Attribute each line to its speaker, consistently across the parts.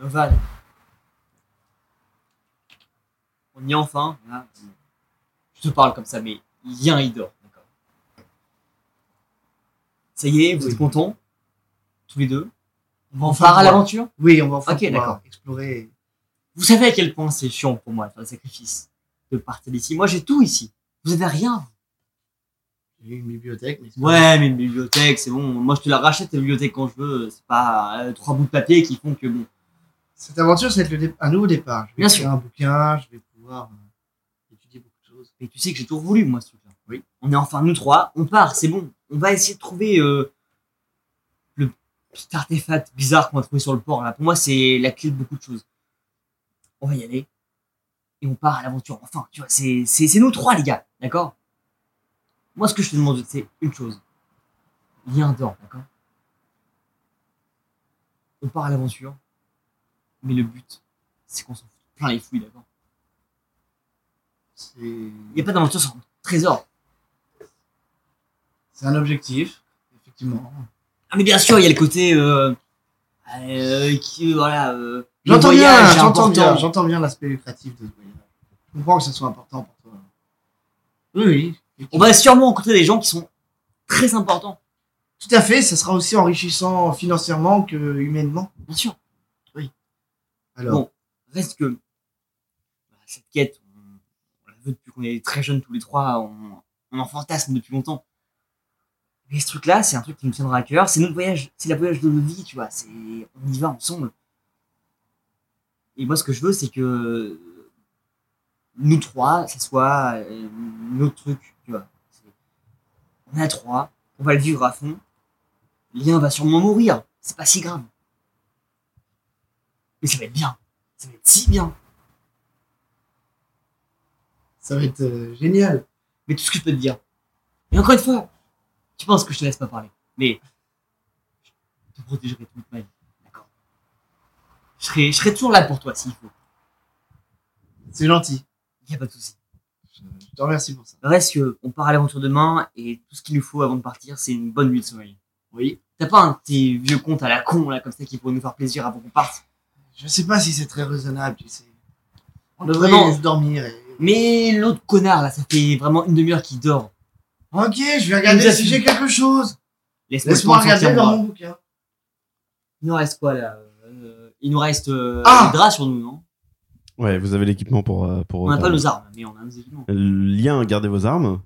Speaker 1: Un van. On y est enfin. Là, je te parle comme ça, mais il y a un il dort. D'accord. Ça y est, vous
Speaker 2: Oui.
Speaker 1: êtes contents Tous les deux
Speaker 2: On
Speaker 1: On part à l'aventure
Speaker 2: Oui, on va enfin
Speaker 1: Ok,
Speaker 2: pouvoir
Speaker 1: d'accord.
Speaker 2: explorer.
Speaker 1: Vous savez à quel point c'est chiant pour moi de faire le sacrifice de partir d'ici. Moi, j'ai tout ici. Vous avez rien.
Speaker 2: J'ai une bibliothèque, mais c'est pas-
Speaker 1: Ouais, mais une bibliothèque, c'est bon. Moi, je te la rachète, la bibliothèque, quand je veux. C'est pas euh, trois bouts de papier qui font que bon.
Speaker 2: Cette aventure, ça va être le dé- un nouveau départ. Je vais
Speaker 1: Bien
Speaker 2: écrire un bouquin, je vais pouvoir euh, étudier beaucoup de choses.
Speaker 1: Mais tu sais que j'ai tout revoulu, moi, ce truc-là.
Speaker 2: Oui.
Speaker 1: On est enfin nous trois, on part, c'est bon. On va essayer de trouver euh, le petit artefact bizarre qu'on a trouvé sur le port. Là. Pour moi, c'est la clé de beaucoup de choses. On va y aller. Et on part à l'aventure. Enfin, tu vois, c'est c'est- c'est nous trois, les gars. D'accord Moi, ce que je te demande, c'est une chose. Il y a un dort, d'accord On part à l'aventure. Mais le but, c'est qu'on s'en fout plein les fouilles, d'accord
Speaker 2: C'est
Speaker 1: Il n'y a pas d'aventure sans trésor.
Speaker 2: c'est un objectif, effectivement.
Speaker 1: Ah mais bien sûr, il y a le côté euh, euh, qui voilà. euh, le
Speaker 2: J'entends bien,
Speaker 1: voyage est
Speaker 2: j'entends
Speaker 1: important.
Speaker 2: bien, j'entends bien l'aspect lucratif de ce voyage. Je comprends que ça soit important pour toi. Oui, oui.
Speaker 1: On va sûrement rencontrer des gens qui sont très importants,
Speaker 2: Tout à fait, ça sera aussi enrichissant financièrement que humainement.
Speaker 1: bien sûr.
Speaker 2: Alors,
Speaker 1: Bon. Reste que bah, cette quête, on, on la veut depuis qu'on est très jeunes tous les trois, on, on en fantasme depuis longtemps. Mais ce truc-là, c'est un truc qui nous tiendra à cœur. C'est notre voyage, c'est la voyage de nos vies, tu vois. C'est on y va ensemble. Et moi, ce que je veux, c'est que nous trois, ça soit euh, notre truc, tu vois. C'est- On est à trois, on va le vivre à fond. L'un va sûrement mourir, c'est pas si grave. Mais ça va être bien, ça va être si bien.
Speaker 2: ça va être euh, génial.
Speaker 1: Mais tout ce que je peux te dire. Et encore une fois, tu penses que je te laisse pas parler, mais je te protégerai toute ma vie, d'accord je serai, je serai toujours là pour toi s'il faut.
Speaker 2: C'est gentil.
Speaker 1: Il n'y a pas de souci.
Speaker 2: Je je te remercie pour ça.
Speaker 1: Reste que on part à l'aventure demain et tout ce qu'il nous faut avant de partir, c'est une bonne nuit de sommeil.
Speaker 2: Oui.
Speaker 1: T'as pas un petit vieux conte à la con là comme ça qui pourrait nous faire plaisir avant qu'on parte.
Speaker 2: Je sais pas si c'est très raisonnable, tu sais. On devrait
Speaker 1: Non.
Speaker 2: se dormir et...
Speaker 1: Mais l'autre connard là, ça fait vraiment une demi-heure qu'il dort.
Speaker 2: Ok, je vais
Speaker 1: Il nous
Speaker 2: regarder
Speaker 1: a
Speaker 2: si
Speaker 1: su-
Speaker 2: j'ai quelque chose.
Speaker 1: Laisse-moi
Speaker 2: Laisse-moi
Speaker 1: le temps de
Speaker 2: regarder
Speaker 1: sortir,
Speaker 2: dans
Speaker 1: moi.
Speaker 2: mon bouquin.
Speaker 1: Il nous reste quoi là Euh, Il nous reste euh,
Speaker 2: Ah
Speaker 1: des draps sur nous, non
Speaker 3: Ouais, vous avez l'équipement pour. euh, pour
Speaker 1: On n'a pas
Speaker 3: pour-
Speaker 1: nos armes, mais on a nos équipements.
Speaker 3: Lien, gardez vos armes.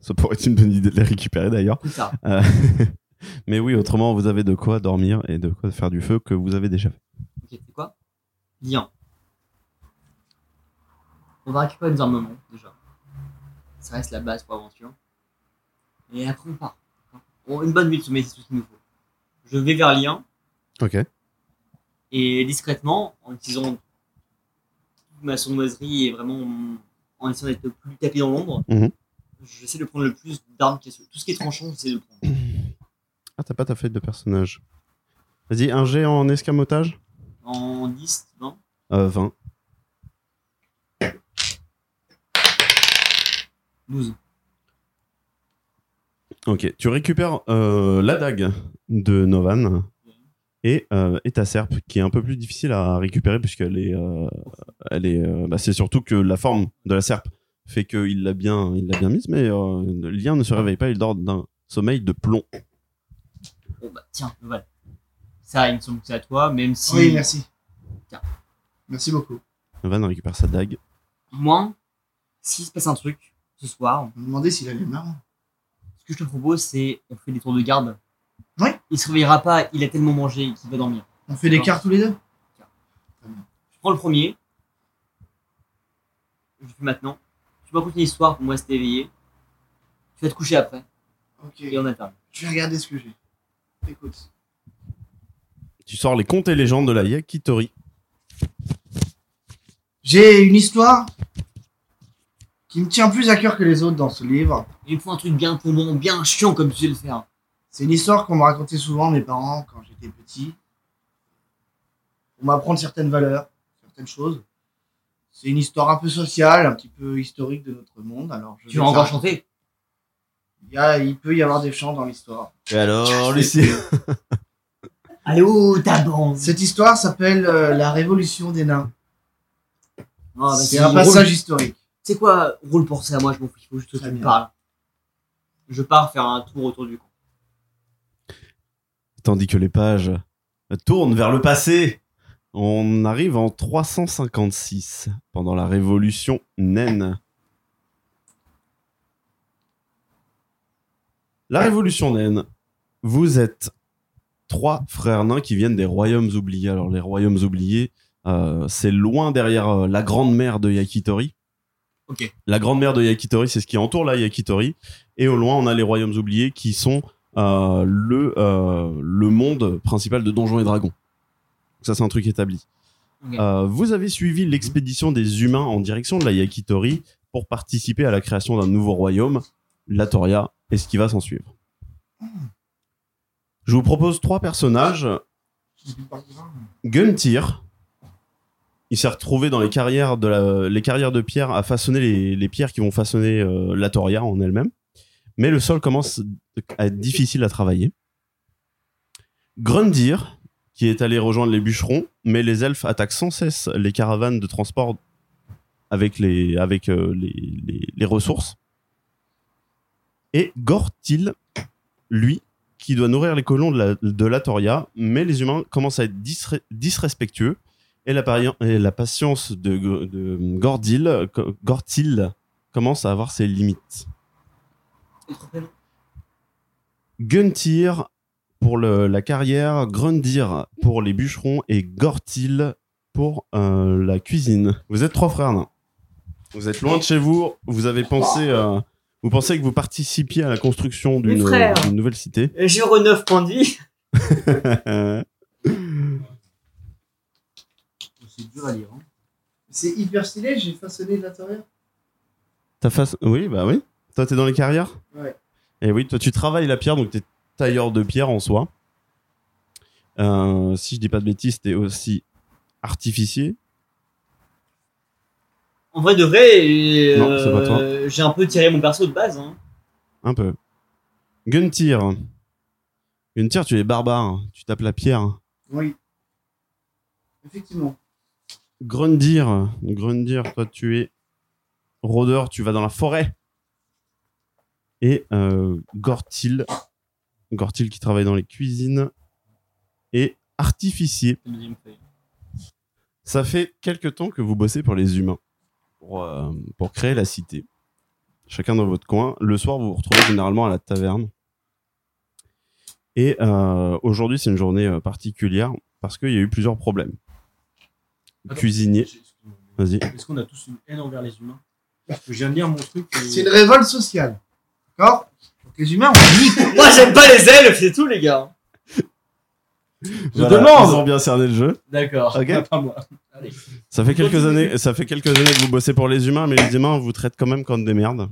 Speaker 3: Ça pourrait être une bonne idée de les récupérer d'ailleurs.
Speaker 1: Plus tard.
Speaker 3: Euh, Mais oui, autrement, vous avez de quoi dormir et de quoi faire du feu que vous avez déjà fait.
Speaker 1: Ok, c'est quoi Lien. On va récupérer nos armements, déjà. Ça reste la base pour l'aventure. Et après, on part. Bon, une bonne nuit de sommeil, c'est tout ce qu'il nous faut. Je vais vers Lien,
Speaker 3: Ok.
Speaker 1: et discrètement, en utilisant ma sournoiserie et vraiment en essayant d'être le plus tapé dans l'ombre,
Speaker 3: Mhm.
Speaker 1: j'essaie de prendre le plus d'armes, qui tout ce qui est tranchant, j'essaie de le prendre.
Speaker 3: Ah, t'as pas ta feuille de personnage. Vas-y, un jet en escamotage
Speaker 1: En 10, 20,
Speaker 3: euh, 20.
Speaker 1: 12.
Speaker 3: Ok. Tu récupères euh, la dague de Novan et, euh, et ta serpe, qui est un peu plus difficile à récupérer puisqu'elle est. euh, elle est euh, bah, c'est surtout que la forme de la serpe fait qu'il l'a bien, il l'a bien mise, mais euh, le lien ne se réveille pas, il dort d'un sommeil de plomb.
Speaker 1: Bon, bah, tiens, voilà. Ça, il me semble que c'est à toi, même si.
Speaker 2: Oui, merci.
Speaker 1: Tiens.
Speaker 2: Merci beaucoup.
Speaker 3: Van récupère sa dague.
Speaker 1: Moi, s'il se passe un truc ce soir,
Speaker 2: Je me demandais s'il allait marrant.
Speaker 1: ce que je te propose, c'est on fait des tours de garde.
Speaker 2: Oui.
Speaker 1: Il se réveillera pas, il a tellement mangé qu'il va dormir.
Speaker 2: On fait des
Speaker 1: Non.
Speaker 2: cartes tous les deux
Speaker 1: Je prends le premier. Je le fais maintenant. Tu vas continuer l'histoire pour moi rester éveillé. Tu vas te coucher après
Speaker 2: Ok.
Speaker 1: et on attend.
Speaker 2: Je vais regarder ce que j'ai. Écoute.
Speaker 3: Tu sors les contes et légendes de la Yakitori.
Speaker 2: J'ai une histoire qui me tient plus à cœur que les autres dans ce livre.
Speaker 1: Il me faut un truc bien plombant, bien chiant comme tu sais le faire.
Speaker 2: C'est une histoire qu'on me racontait souvent mes parents quand j'étais petit. Pour m'apprendre certaines valeurs, certaines choses. C'est une histoire un peu sociale, un petit peu historique de notre monde. Alors, je
Speaker 1: Tu
Speaker 2: vais
Speaker 1: vas encore
Speaker 2: faire-
Speaker 1: chanter
Speaker 2: il, y a- il peut y avoir des chants dans l'histoire.
Speaker 3: Et alors,
Speaker 2: Lucie
Speaker 4: Allez,
Speaker 2: oh,
Speaker 4: où ta bande
Speaker 1: Ah,
Speaker 2: Cette histoire s'appelle euh, La Révolution des nains.
Speaker 4: Ah, bah,
Speaker 2: c'est
Speaker 4: si,
Speaker 2: un
Speaker 4: roule-
Speaker 2: passage historique.
Speaker 4: Tu sais quoi Roule pour ça, moi, je m'en fous. Il faut juste que
Speaker 2: Très
Speaker 4: tu me
Speaker 2: bien.
Speaker 4: parles. Je pars faire un tour autour du camp.
Speaker 3: Tandis que les pages tournent vers le passé. On arrive en 356, pendant la Révolution naine. La Révolution naine, vous êtes trois frères nains qui viennent des royaumes oubliés. Alors les royaumes oubliés, euh, c'est loin derrière euh, la grande mère de Yakitori.
Speaker 4: Ok.
Speaker 3: La grande mère de Yakitori, c'est ce qui entoure la Yakitori. Et au loin, on a les royaumes oubliés qui sont euh, le, euh, le monde principal de Donjons et Dragons. Ça, c'est un truc établi.
Speaker 4: Ok.
Speaker 3: Euh, vous avez suivi l'expédition des humains en direction de la Yakitori pour participer à la création d'un nouveau royaume, l'Atoria, et ce qui va s'en suivre. Je vous propose trois personnages. Guntyr, il s'est retrouvé dans les carrières de, la- les carrières de pierre à façonner les, les pierres qui vont façonner euh, la Toria en elle-même. Mais le sol commence à être difficile à travailler. Grundir, qui est allé rejoindre les bûcherons, mais les elfes attaquent sans cesse les caravanes de transport avec les, avec, euh, les, les- les ressources. Et Gortil, lui, qui doit nourrir les colons de la, de la Toria, mais les humains commencent à être disre- disrespectueux. Et la, pari- et la patience de, G- de Gordil, Co- Gortil commence à avoir ses limites. Guntyr pour le- la carrière, Grundir pour les bûcherons et Gortil pour euh, la cuisine. Vous êtes trois frères nains. Vous êtes loin de chez vous. Vous avez pensé, euh, vous pensez que vous participiez à la construction
Speaker 4: Mes
Speaker 3: d'une
Speaker 4: frères.
Speaker 3: d'une nouvelle cité.
Speaker 4: J'ai 9 Euh, Pandy.
Speaker 3: Euh,
Speaker 2: C'est dur à lire. hein. C'est hyper stylé, j'ai façonné de l'intérieur.
Speaker 3: Ta face. Oui, bah oui. Toi, t'es dans les carrières
Speaker 2: Ouais.
Speaker 3: Et oui, toi, tu travailles la pierre, donc t'es tailleur de pierre en soi. Euh, si je dis pas de bêtises, t'es aussi artificier.
Speaker 4: En vrai de vrai, euh,
Speaker 3: Non, c'est pas toi.
Speaker 4: j'ai un peu tiré mon perso de base. Hein.
Speaker 3: Un peu. Guntyr. Guntyr, tu es barbare. Tu tapes la pierre.
Speaker 2: Oui. Effectivement.
Speaker 3: Grundir. Grundir, toi, tu es rôdeur. Tu vas dans la forêt. Et euh, Gortil. Gortil qui travaille dans les cuisines. Et artificier.
Speaker 4: Deuxième feuille.
Speaker 3: Ça fait quelque temps que vous bossez pour les humains, pour, euh, pour créer la cité. Chacun dans votre coin. Le soir, vous vous retrouvez généralement à la taverne. Et euh, aujourd'hui, c'est une journée euh, particulière parce qu'il y a eu plusieurs problèmes.
Speaker 5: Attends.
Speaker 3: Cuisinier,
Speaker 5: Excuse-moi, mais
Speaker 3: vas-y.
Speaker 5: Est-ce qu'on a tous une haine envers les humains Parce que je viens de lire mon truc. et-
Speaker 2: C'est une révolte sociale. D'accord Donc les humains, on dit.
Speaker 4: Moi, j'aime pas les elfes, c'est tout, les gars.
Speaker 5: Je demande.
Speaker 3: Ils ont bien cerné le jeu.
Speaker 5: D'accord.
Speaker 3: Ok.
Speaker 5: Ah, Pas moi. Allez.
Speaker 3: Ça fait quelques années, ça fait quelques années que vous bossez pour les humains, mais les humains vous traitent quand même comme des merdes.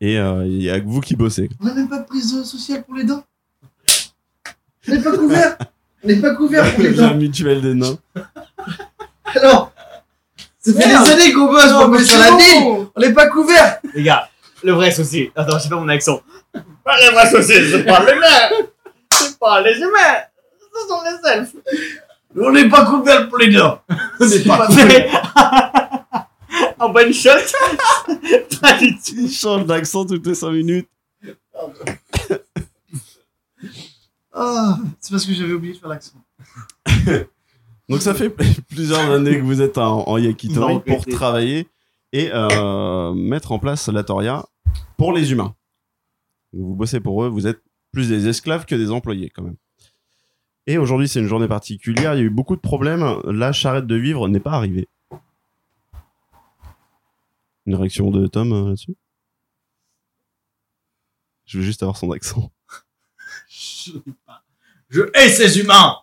Speaker 3: Et euh, il y a que vous qui bossez.
Speaker 2: On n'a même pas de prise euh, sociale pour les dents. On n'est pas couvert. On n'est pas couvert pour les
Speaker 3: La
Speaker 2: dents.
Speaker 3: mutuelle des nains.
Speaker 2: Alors, ça fait
Speaker 4: Merde.
Speaker 2: des années qu'on bosse
Speaker 4: Non,
Speaker 2: pour
Speaker 4: mais
Speaker 2: bosser
Speaker 4: c'est
Speaker 2: la
Speaker 4: bon.
Speaker 2: ville. On n'est pas couvert.
Speaker 4: Les gars, le vrai souci. Attends, j'ai pas mon accent. Pas le vrai souci, c'est pas les humains. C'est pas les humains. Ce sont les elfes.
Speaker 2: On n'est pas couvert pour les dents. On n'est pas couvert.
Speaker 4: Mais- en bonne shot Pas du tout.
Speaker 3: Il change d'accent toutes les 5 minutes.
Speaker 2: Ah, c'est parce que j'avais oublié de faire l'accent.
Speaker 3: Donc ça fait plusieurs années que vous êtes en, en Yakitori
Speaker 4: Non,
Speaker 3: pour
Speaker 4: arrêtez.
Speaker 3: travailler et euh, mettre en place la Toria pour les humains. Vous bossez pour eux, vous êtes plus des esclaves que des employés quand même. Et aujourd'hui c'est une journée particulière, il y a eu beaucoup de problèmes, la charrette de vivres n'est pas arrivée. Une réaction de Tom euh, là-dessus Je veux juste avoir son accent.
Speaker 5: Je sais pas. Je hais ces humains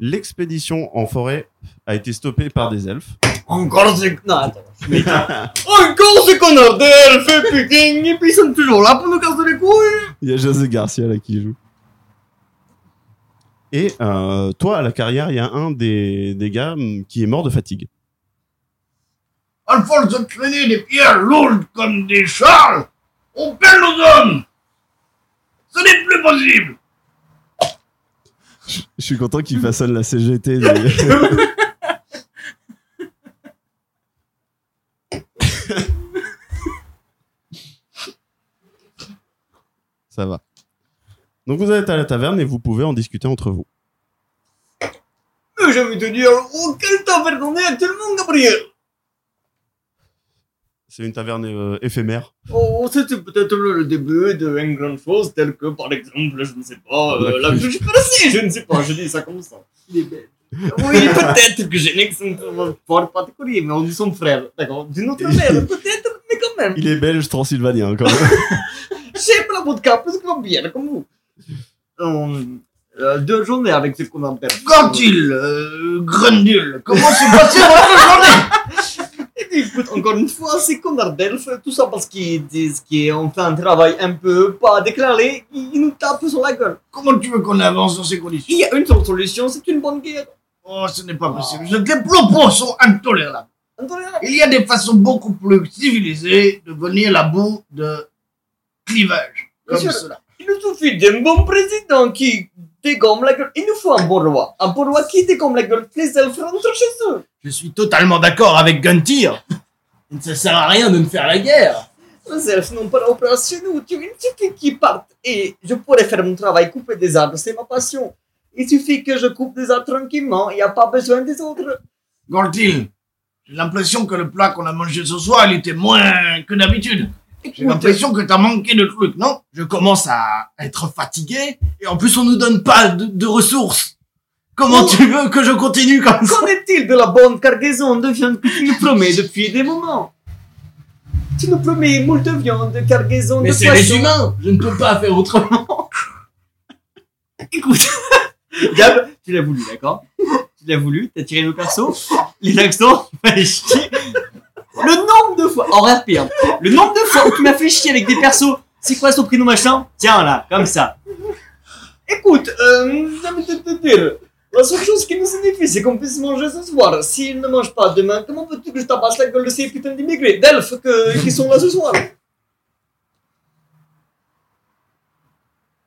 Speaker 3: L'expédition en forêt a été stoppée par des elfes.
Speaker 4: Encore ce... Non, attends. je mets- Encore ce connard d'elfe, putain. Et puis ils sont toujours là pour nous casser les couilles.
Speaker 3: Il y a José Garcia là qui joue. Et euh, toi, à la carrière, il y a un des, des gars hum, qui est mort de fatigue.
Speaker 2: À force de traîner des pierres lourdes comme des charles, On perd nos hommes Ce n'est plus possible
Speaker 3: Je suis content qu'il façonne la CGT. des- Ça va. Donc vous êtes à la taverne et vous pouvez en discuter entre vous.
Speaker 1: Mais j'ai envie de dire, oh, quel temps fait qu'on est actuellement, Gabriel
Speaker 3: C'est une taverne euh, éphémère.
Speaker 1: Oh, c'était peut-être le, le début de une grande chose, telle que, par exemple, je ne sais pas, euh, la que je connaissais, je ne sais pas, je dis ça comme ça.
Speaker 6: Il est bête.
Speaker 1: Oui, peut-être que j'ai un accent fort particulier, mais on est son frère, d'accord D'une autre mère, peut-être, mais quand même.
Speaker 3: Il est belge transylvanien quand même.
Speaker 1: J'aime la vodka plus que la bière, comme vous. Euh, euh, deux journées avec ce qu'on appelle.
Speaker 2: Gantil euh, Grundul, comment s'est passée votre journée
Speaker 1: Et puis, écoute, encore une fois, c'est comme Ardelf, tout ça parce qu'ils disent qu'on fait un travail un peu pas déclaré, ils nous tapent sur la gueule.
Speaker 2: Comment tu veux qu'on avance dans ces conditions
Speaker 1: Il y a une seule solution, c'est une bonne guerre.
Speaker 2: Oh, ce n'est pas possible. Je- Les propos sont intolérables.
Speaker 1: Intolérable.
Speaker 2: Il y a des façons beaucoup plus civilisées de venir à bout de clivage. Comme
Speaker 1: Monsieur-
Speaker 2: cela.
Speaker 1: Il nous suffit d'un bon président qui dégomme la gueule. Il nous faut un bon roi. Un bon roi qui dégomme la gueule. Les elfes rentrent chez eux.
Speaker 6: Je suis totalement d'accord avec Guntir. Ça sert à rien de me faire la guerre.
Speaker 1: Les elfes n'ont pas l'opération chez nous. Tu- Il suffit qu'ils partent. Et je pourrais faire mon travail, couper des arbres. C'est ma passion. Il suffit que je coupe des arbres tranquillement. Il n'y a pas besoin des autres.
Speaker 2: Gortil, j'ai l'impression que le plat qu'on a mangé ce soir, il était moins que d'habitude. J'ai l'impression que t'as manqué de trucs, non
Speaker 6: Je commence à être fatigué et en plus on nous donne pas de, de ressources. Comment
Speaker 1: Oh.
Speaker 6: tu veux que je continue comme ça
Speaker 1: Qu'en est-il de la bonne cargaison de viande que tu nous promets depuis des moments Tu nous promets moult de viande, cargaison
Speaker 6: Mais
Speaker 1: de
Speaker 6: c'est les
Speaker 1: poisson.
Speaker 6: humains, je ne peux pas faire autrement.
Speaker 1: Écoute, Gab, tu l'as voulu, d'accord Tu l'as voulu, t'as tiré nos persos, les accents, tu m'as fait chier. Le nombre de fois, en RP, hein, le nombre de fois où tu m'as fait chier avec des persos, c'est quoi son prénom machin Tiens là, comme ça. Écoute, euh, j'ai envie de te dire, la seule chose qui nous signifie, c'est qu'on puisse manger ce soir. S'ils ne mangent pas demain, comment peux-tu que je tabasse la gueule de ces putains d'immigrés, d'elfes que- qui sont là ce soir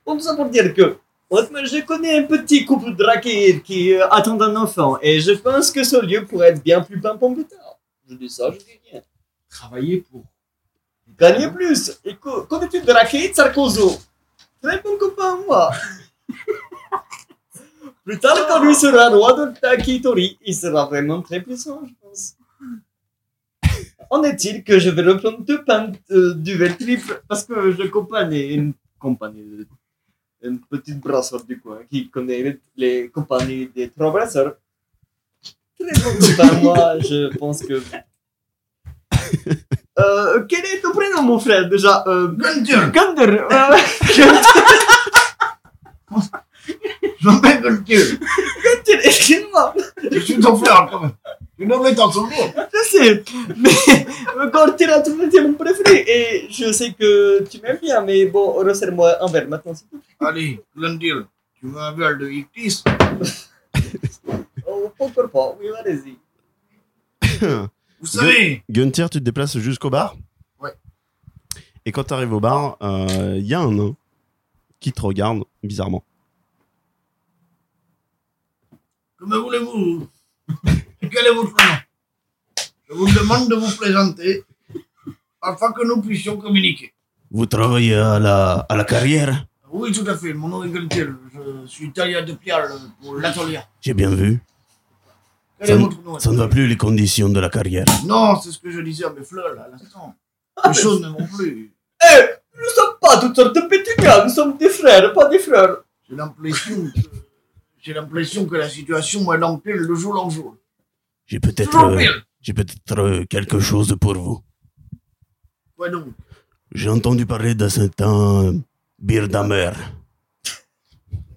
Speaker 1: Bon, tout ça pour dire que Honnêtement, Je connais un petit couple draqué qui euh, attend un enfant et je pense que ce lieu pourrait être bien plus pimpant plus tard. Je dis ça, je dis rien.
Speaker 6: Travailler pour.
Speaker 1: Gagner plus. Écoute, connais-tu Draqué Sarkozo Très bon copain, moi. plus tard, quand lui sera roi de Takitori, il sera vraiment très puissant, je pense. En est-il que je vais reprendre deux pains euh, du vel triple parce que je compagnie une compagnie de une petite brasserie du coin qui connaît les, les compagnies des trois brasseurs. Très bon copain, moi, je pense que. Euh, quel est ton prénom, mon frère, déjà euh,
Speaker 2: Gunther,
Speaker 1: Gunder euh,
Speaker 2: je m'appelle Gunther.
Speaker 1: Gunder, excuse-moi
Speaker 2: Je suis ton frère, quand même. Tu devrais t'en souvenir.
Speaker 1: Je sais Mais Gunder a toujours été mon préféré et je sais que tu m'aimes bien, mais bon, resserre-moi un verre maintenant, s'il te plaît.
Speaker 2: Allez, Gunther, tu veux un verre de Ictis
Speaker 1: Oh, pourquoi pas Oui, allez-y.
Speaker 2: Vous savez,
Speaker 3: Guntir, tu te déplaces jusqu'au bar.
Speaker 2: Ouais.
Speaker 3: Et quand tu arrives au bar, euh, il y a un nain qui te regarde bizarrement.
Speaker 2: que me voulez-vous Et Quel est votre nom Je vous demande de vous présenter afin que nous puissions communiquer.
Speaker 3: Vous travaillez à la, à la carrière
Speaker 2: Oui, tout à fait. Mon nom est Gunther. Je suis Talia de Pierre euh, pour l'atelier.
Speaker 3: J'ai bien vu.
Speaker 2: Quel est votre nom
Speaker 3: plus les conditions de la carrière.
Speaker 2: Non, c'est ce que je disais à mes fleurs là, à l'instant. Les choses ne vont plus.
Speaker 1: Eh Nous ne sommes pas toutes sortes de petits gars, nous sommes des frères, pas des frères.
Speaker 2: J'ai l'impression que j'ai l'impression que la situation moi l'empile de jour en jour.
Speaker 3: J'ai
Speaker 2: Toujours
Speaker 3: euh,
Speaker 2: pire.
Speaker 3: j'ai peut-être euh, quelque chose pour vous.
Speaker 2: Quoi donc
Speaker 3: J'ai entendu parler d'un certain Birdamer.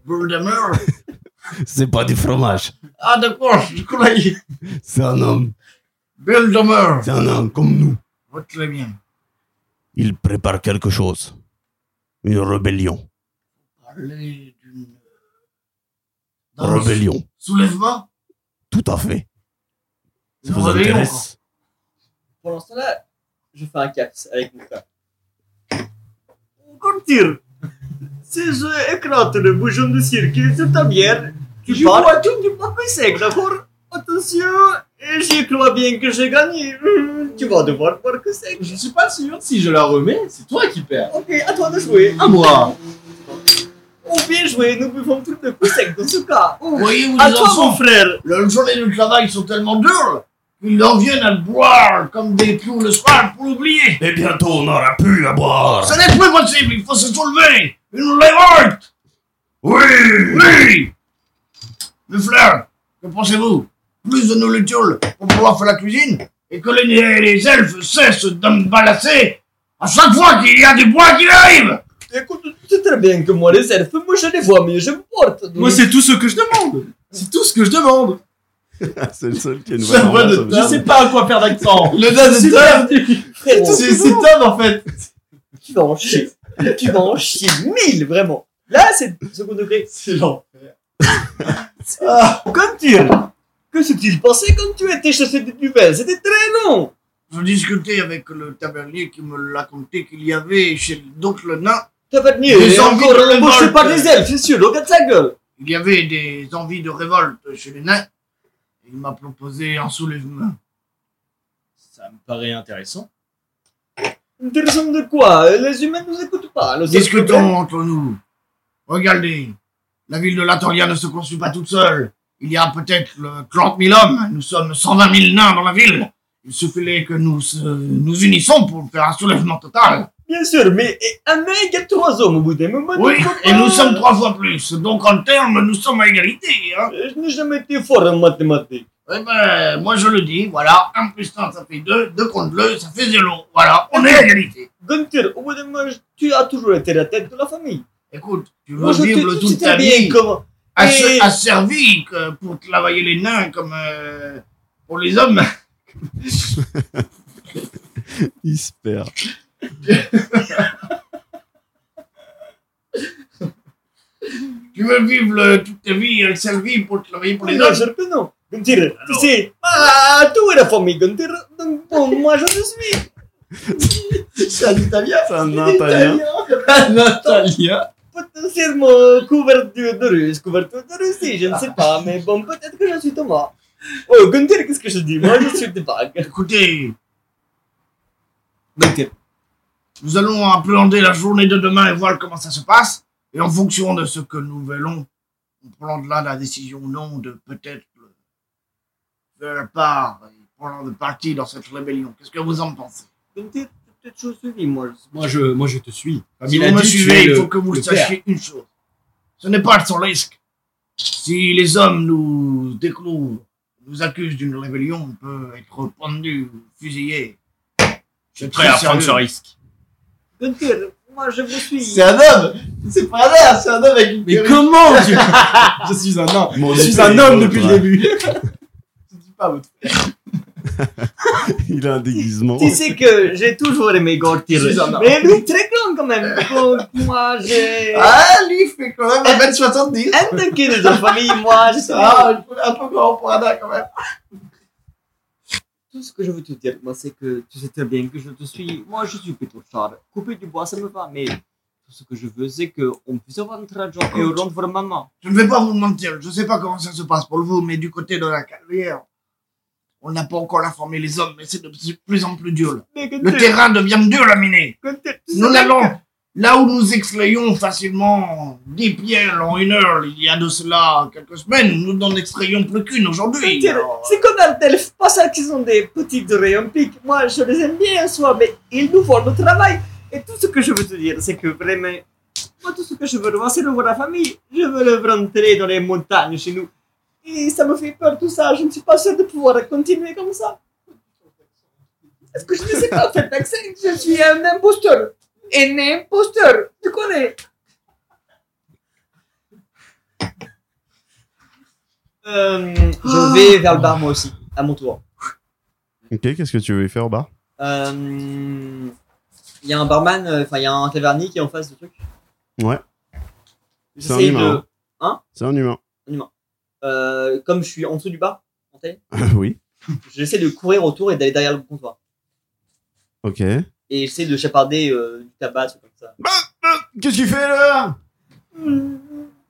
Speaker 2: Voldemort
Speaker 3: C'est pas du fromage.
Speaker 2: Ah d'accord, je croyais.
Speaker 3: C'est un homme.
Speaker 2: Voldemort.
Speaker 3: C'est un homme comme nous.
Speaker 2: Oh, très bien.
Speaker 3: Il prépare quelque chose. Une rébellion.
Speaker 2: Parler d'une d'un
Speaker 3: Rébellion.
Speaker 2: Soulèvement
Speaker 3: Tout à fait. Ça
Speaker 2: Une
Speaker 3: vous
Speaker 2: rébellion,
Speaker 3: intéresse
Speaker 1: Pour l'instant là, je fais un caps avec mon frère. tire. Si je éclate le bouchon de cirque sur ta bière, tu
Speaker 4: Je
Speaker 1: pars.
Speaker 4: vois
Speaker 1: tout du papier sec, d'accord Attention, et j'y crois bien que j'ai gagné. Hum, Tu vas devoir boire que sec.
Speaker 5: Je suis pas sûr si je la remets, c'est toi qui perds.
Speaker 1: Ok, à toi de jouer. Ah,
Speaker 2: Ah,
Speaker 5: À moi.
Speaker 1: Oh, bien joué, nous buvons tout le coup sec dans ce cas. Oh,
Speaker 2: Voyez-vous,
Speaker 1: à toi, mon frère.
Speaker 2: La journée de travail sont tellement durs qu'ils en viennent à boire comme des pions le soir pour l'oublier.
Speaker 3: Et bientôt, on n'aura plus à boire.
Speaker 2: Ce n'est plus possible, il faut se soulever. Une révolte
Speaker 3: Oui.
Speaker 2: Oui Le fleur, que pensez-vous Plus de nos lucioles pour pouvoir faire la cuisine et que les, les elfes cessent d'emballasser à chaque fois qu'il y a du bois qui arrive
Speaker 1: Écoute, tu sais très bien que moi, les elfes, moi, je les vois, mais je me porte.
Speaker 5: Moi, c'est tout ce que je demande. C'est tout ce que je demande.
Speaker 3: C'est le seul qui a une
Speaker 5: C'est un
Speaker 3: voix
Speaker 5: vrai de
Speaker 3: normale, ça
Speaker 5: Je
Speaker 3: me
Speaker 5: sais
Speaker 3: semble.
Speaker 5: pas à quoi faire d'accent.
Speaker 1: le
Speaker 5: c'est
Speaker 1: Frère,
Speaker 5: C'est c'est Tom en fait.
Speaker 1: tu vas en chier. tu vas en chier mille, vraiment. Là, c'est second degré.
Speaker 5: C'est genre. Ah.
Speaker 1: Comme tu Que s'est-il passé quand tu étais chassé de nouvelles C'était très long.
Speaker 2: Je discutais avec le tabernier qui me l'a conté qu'il y avait chez donc le nain
Speaker 1: T'as pas tenu.
Speaker 2: Des envies
Speaker 1: encore
Speaker 2: de révolte.
Speaker 1: embauché par les elfes, c'est sûr. Regarde sa gueule.
Speaker 2: Il y avait des envies de révolte chez les nains. Il m'a proposé un soulèvement.
Speaker 5: Ça me paraît intéressant.
Speaker 1: Intéressant de quoi Les humains nous écoutent pas. le seul problème-
Speaker 2: Discutons entre nous. Regardez, la ville de Latoria ne se construit pas toute seule. Il y a peut-être euh, 30 000 hommes. Nous sommes 120 000 nains dans la ville. Il suffirait que nous se- nous unissions pour faire un soulèvement total.
Speaker 1: Bien sûr, mais et un nain égale trois hommes au bout d'un moment.
Speaker 2: Oui,
Speaker 1: tu peux pas-
Speaker 2: et nous sommes trois fois plus. Donc en termes, nous sommes à égalité. Hein.
Speaker 1: euh, Je n'ai jamais été fort en mathématiques.
Speaker 2: Eh ben, moi je le dis, voilà, 1 plus 1 ça fait 2, 2 contre 2 ça fait 0. Voilà, on est à égalité.
Speaker 1: Gunther, au bout d'un moment, tu as toujours été la tête de la famille.
Speaker 2: Écoute, tu veux
Speaker 1: Moi, je
Speaker 2: vivre
Speaker 1: te- tu sais
Speaker 2: toute ta
Speaker 1: très bien
Speaker 2: vie
Speaker 1: comment. Et-
Speaker 2: asse- asservi que- pour travailler les nains comme euh, pour les hommes.
Speaker 3: Il se perd.
Speaker 2: Tu veux vivre le- toute ta vie asservi pour travailler pour les
Speaker 1: Bien
Speaker 2: hommes.
Speaker 1: sûr que non. Gunther, tu
Speaker 2: Alors.
Speaker 1: sais, ah, tout est la famille, Gunther. Donc, bon, moi, je le suis.
Speaker 5: C'est un italien.
Speaker 3: C'est un italien.
Speaker 5: Un italien.
Speaker 1: Potentiellement euh, couverture de Russe, couverture de Russie, je ne sais pas, mais bon, peut-être que je suis Thomas. Oh, Gunther, qu'est-ce que je dis Moi, je suis des vagues.
Speaker 2: Écoutez,
Speaker 1: Gunther,
Speaker 2: nous allons appréhender la journée de demain et voir comment ça se passe. Et en fonction de ce que nous voulons, on prendra la décision ou non de peut-être euh, faire part, et prendre parti dans cette rébellion. Qu'est-ce que vous en pensez
Speaker 1: Gunther, peut-être je suis moi.
Speaker 5: Moi je, moi je te suis. Comme
Speaker 2: Si
Speaker 5: il
Speaker 2: vous
Speaker 5: a
Speaker 2: me
Speaker 5: dit, tu
Speaker 2: suivez,
Speaker 5: es
Speaker 2: il
Speaker 5: le-
Speaker 2: faut que vous
Speaker 5: le
Speaker 2: sachiez une chose. Ce n'est pas sans risque. Si les hommes nous découvrent, nous accusent d'une rébellion, on peut être pendu, fusillé. Je suis très sérieux.
Speaker 5: risque.
Speaker 1: Gunther, moi, je vous suis.
Speaker 5: C'est un homme C'est pas un homme, c'est un homme avec une Mais comment Je suis un homme
Speaker 3: Mon
Speaker 5: Ah, Je suis
Speaker 3: épée
Speaker 5: un
Speaker 3: est
Speaker 5: homme
Speaker 3: haute,
Speaker 5: depuis le
Speaker 3: ouais.
Speaker 5: début Je dis pas votre
Speaker 3: Il a un
Speaker 5: Oh.
Speaker 3: déguisement.
Speaker 1: Tu sais que j'ai toujours aimé Gortir.
Speaker 5: Je suis un homme.
Speaker 1: Mais lui, très grand quand même. Donc, moi, j'ai.
Speaker 5: Ah, lui, il fait quand même 1m70
Speaker 1: Un taquet de ta famille, moi, je suis.
Speaker 5: Ah, un peu grand pour un nain, quand même
Speaker 1: Tout ce que je veux te dire, moi, c'est que tu sais très bien que je te suis. Moi, je suis plutôt char. Couper du bois, ça me va, mais tout ce que je veux, c'est qu'on puisse avoir notre argent et rendre pour maman.
Speaker 2: Je ne vais pas vous mentir, je ne sais pas comment ça se passe pour vous, mais du côté de la carrière, on n'a pas encore informé les hommes, mais c'est de plus en plus dur.
Speaker 1: Mais
Speaker 2: Le terrain devient dur à miner. Nous allons là où nous extrayons facilement 10 pierres en une heure il y a de cela quelques semaines, nous n'en extrayons plus qu'une aujourd'hui. Alors,
Speaker 1: C'est comme un elfe, pas ça qui sont des petites oreilles en pique. Moi, je les aime bien en soi, mais ils nous font le travail. Et tout ce que je veux te dire, c'est que vraiment, moi, tout ce que je veux, moi, c'est revoir la famille. Je veux le rentrer dans les montagnes chez nous. Et ça me fait peur tout ça. Je ne suis pas sûr de pouvoir continuer comme ça. Est-ce que je ne sais pas faire d'accent Je suis un imposteur. Un imposteur. Tu connais Euh, je vais vers le bar moi aussi, à mon tour.
Speaker 3: Ok, qu'est-ce que tu veux faire au bar
Speaker 1: Euh, Il y a un barman, euh, enfin il y a un tavernier qui est en face du truc.
Speaker 3: Ouais. C'est un
Speaker 1: J'essaye
Speaker 3: humain,
Speaker 1: de.
Speaker 3: hein. C'est un humain.
Speaker 1: euh, comme je suis en dessous du bar, en fait,
Speaker 3: oui.
Speaker 1: j'essaie de courir autour et d'aller derrière le comptoir.
Speaker 3: Ok.
Speaker 1: Et j'essaie de chaparder euh, du tabac, tout comme ça.
Speaker 5: Qu'est-ce qu'il fait là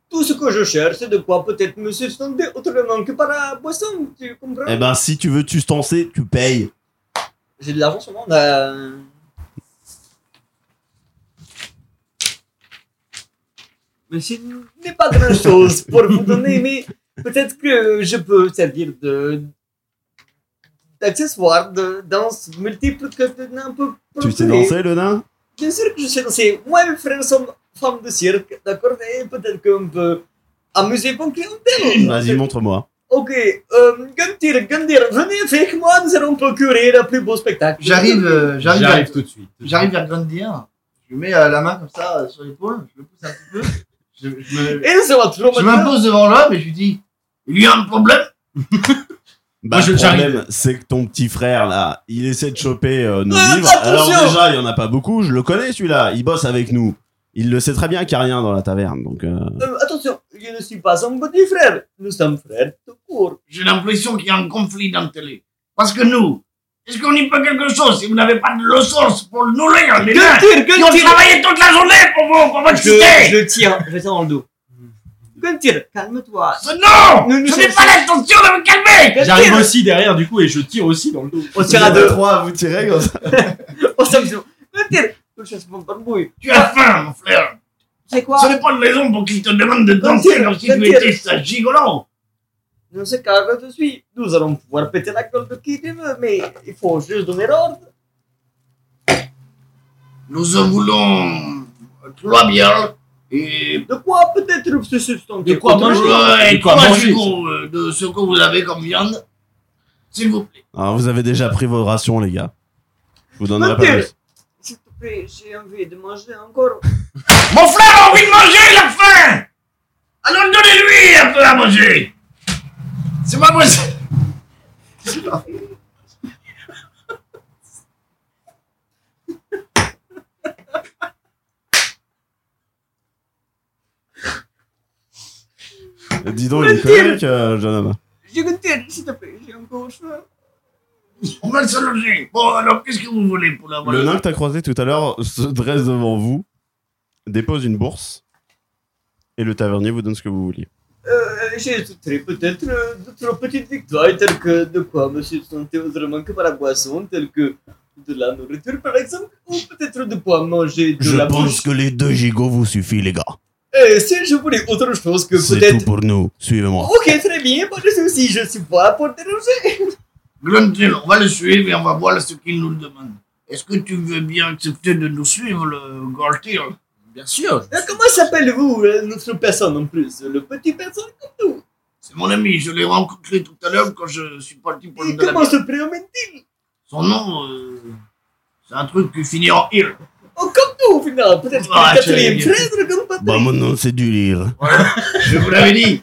Speaker 1: Tout ce que je cherche, c'est de quoi peut-être me sustenter autrement que par la boisson, tu comprends
Speaker 3: Eh ben, si tu veux t'ustencer, tu payes.
Speaker 1: J'ai de l'argent sur moi, bah, euh, on a... Mais je n'ai pas grand-chose pour vous donner, mais peut-être que je peux servir de d'accessoire, de danse multiple que je n'ai un peu
Speaker 3: Tu sais
Speaker 1: procuré.
Speaker 3: danser, le nain
Speaker 1: Bien sûr que je sais danser. Moi et mes frères sommes femmes de cirque, d'accord Et peut-être qu'on peut amuser mon clientèle.
Speaker 3: Vas-y, montre-moi.
Speaker 1: Ok, euh, Guntir, Guntir, venez avec moi, nous allons procurer le plus beau spectacle.
Speaker 2: J'arrive, euh, j'arrive, vers-
Speaker 5: tout de suite.
Speaker 2: j'arrive vers Grandir. Je lui mets euh, la main comme ça euh, sur l'épaule. Je le pousse un petit peu. Je, je me-
Speaker 1: Et ça va toujours
Speaker 2: je
Speaker 1: maintenant.
Speaker 2: m'impose devant l'homme et je lui dis Il y a un problème
Speaker 3: Bah,
Speaker 5: Moi, je-
Speaker 3: le
Speaker 5: j'arrive.
Speaker 3: problème, c'est que ton petit frère, là, il essaie de choper euh, nos
Speaker 1: Ah,
Speaker 3: livres.
Speaker 1: attention
Speaker 3: Alors, déjà, il y en a pas beaucoup. Je le connais, celui-là. Il bosse avec nous. Il le sait très bien qu'il n'y a rien dans la taverne. Donc, euh,
Speaker 1: Euh, attention, je ne suis pas son petit frère. Nous sommes frères tout court.
Speaker 2: J'ai l'impression qu'il y a un conflit dans le télé. Parce que nous, est-ce qu'on y peut quelque chose si vous n'avez pas de ressources pour nous lire, les nains
Speaker 1: Guntir,
Speaker 2: Ils ont
Speaker 1: Guntir
Speaker 2: travaillé toute la journée pour vous, pour votre
Speaker 1: Je,
Speaker 2: cité
Speaker 1: je le tiens, je le tiens dans le dos. Guntir, calme-toi.
Speaker 2: Ce- Non
Speaker 1: Nous, nous
Speaker 2: Je n'ai
Speaker 1: sommes-
Speaker 2: pas l'intention de me calmer
Speaker 5: J'arrive
Speaker 1: Guntir,
Speaker 5: aussi derrière du coup et je tire aussi dans le dos.
Speaker 1: on tire à deux.
Speaker 3: trois à vous tirer, comme ça.
Speaker 1: On s'amuse. Guntir, je cherche mon barbouille.
Speaker 2: Tu as faim, mon frère
Speaker 1: C'est quoi
Speaker 2: Ce n'est pas une raison pour qu'il te demande de danser
Speaker 1: Gontier,
Speaker 2: comme si tu
Speaker 1: Gontier.
Speaker 2: étais sa gigolo
Speaker 1: Je sais car je suis. Nous allons pouvoir péter la gueule de qui tu veux, mais il faut juste donner l'ordre.
Speaker 2: Nous voulons trois bières et,
Speaker 1: De quoi peut-être e se substantier
Speaker 5: De quoi
Speaker 1: autrement.
Speaker 5: manger.
Speaker 2: euh, et
Speaker 5: De quoi
Speaker 2: trois
Speaker 5: manger,
Speaker 2: jugos, euh, de ce que vous avez comme viande, s'il vous plaît.
Speaker 3: Alors, vous avez déjà pris vos rations, les gars. Je vous donnerai pas
Speaker 1: Mathieu.
Speaker 3: plus.
Speaker 1: S'il te plaît, j'ai envie de manger encore.
Speaker 2: Mon frère a envie de manger, il a faim Alors donnez-lui un peu à manger C'est pas possible
Speaker 3: Dis donc, il est colérique, euh, jeune homme.
Speaker 1: Je continue, s'il te plaît, j'ai encore faim.
Speaker 2: On va se loger Bon, alors qu'est-ce que vous voulez pour la
Speaker 3: Le
Speaker 2: voilà
Speaker 3: nain que t'as croisé tout à l'heure se dresse devant vous, dépose une bourse, et le tavernier vous donne ce que vous vouliez.
Speaker 1: Euh, j'ai soutenu peut-être euh, d'autres petites victoires, telles que de quoi me substanter autrement que par la boisson, telles que de la nourriture par exemple, ou peut-être de quoi manger de la bouche.
Speaker 3: que les deux gigots vous suffit, les gars.
Speaker 1: Et si je voulais autre chose que peut-être.
Speaker 3: pour nous. Suivez-moi.
Speaker 1: Ok, très bien, pas de soucis, je suis pas pour déranger.
Speaker 2: Gruntil, on va le suivre et on va voir ce qu'il nous demande. Est-ce que tu veux bien accepter de nous suivre, le Gruntil
Speaker 5: Bien sûr.
Speaker 1: Euh, Comment s'appelle-vous, euh, notre personne en plus Le petit personne
Speaker 2: C'est mon ami, je l'ai rencontré tout à l'heure quand je suis parti pour le
Speaker 1: Et Comment se prénomme
Speaker 2: Son nom, euh, c'est un truc qui finit en il.
Speaker 1: Oh, comme nous, au final, peut-être que
Speaker 2: Ah,
Speaker 1: le quatrième
Speaker 2: j'ai-
Speaker 1: frère, comme Patrick.
Speaker 3: Bah, mon nom, c'est du lire.
Speaker 2: Je vous l'avais dit.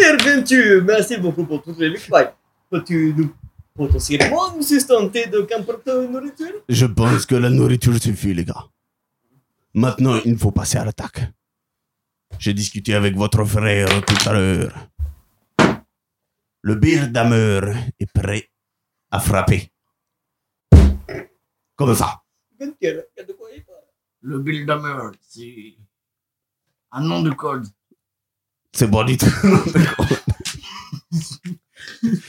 Speaker 1: D'ailleurs, Ventu, merci beaucoup pour toutes les victoires. Peux-tu nous potentiellement nous sustenter de qu'importe nourriture
Speaker 3: Je pense que la nourriture suffit, les gars. Maintenant, il faut passer à l'attaque. J'ai discuté avec votre frère tout à l'heure. Le Birdamer est prêt à frapper. Comme ça.
Speaker 1: Ventu, regarde de quoi il parle.
Speaker 2: Le Bildamer, c'est un nom de code.
Speaker 3: C'est bon du tout.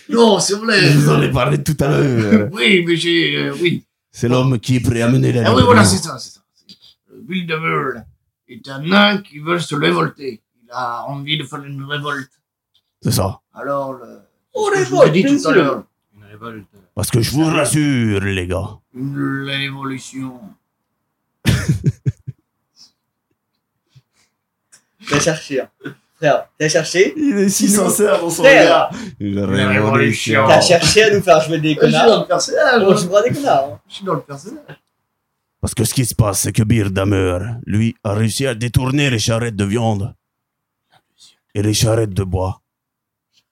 Speaker 2: Non, c'est vrai.
Speaker 3: Je vous en ai parlé tout à l'heure.
Speaker 2: Oui, mais j'ai. euh, oui.
Speaker 3: C'est l'homme qui est prêt à mener la
Speaker 2: Ah oui, voilà, c'est ça, c'est ça. Le Bildamer est un nain qui veut se révolter. Il a envie de faire une révolte.
Speaker 3: C'est ça.
Speaker 2: Alors, le...
Speaker 1: Oh,
Speaker 2: ce que je vous ai
Speaker 1: révolte,
Speaker 2: dit
Speaker 1: bien
Speaker 2: tout
Speaker 1: sûr.
Speaker 2: à l'heure,
Speaker 5: Une révolte.
Speaker 3: Parce que je vous rassure, les gars.
Speaker 2: une révolution.
Speaker 1: T'as cherché, hein. frère, t'as cherché
Speaker 3: Il est si sincère dans son
Speaker 1: Frère,
Speaker 3: La
Speaker 2: révolution.
Speaker 1: t'as cherché à nous faire jouer des
Speaker 2: Je suis dans
Speaker 1: connards
Speaker 2: le personnage.
Speaker 1: Bon, je vois des connards. hein.
Speaker 2: Je suis dans le personnage.
Speaker 3: Parce que ce qui se passe, c'est que Birdamer, lui, a réussi à détourner les charrettes de viande et les charrettes de bois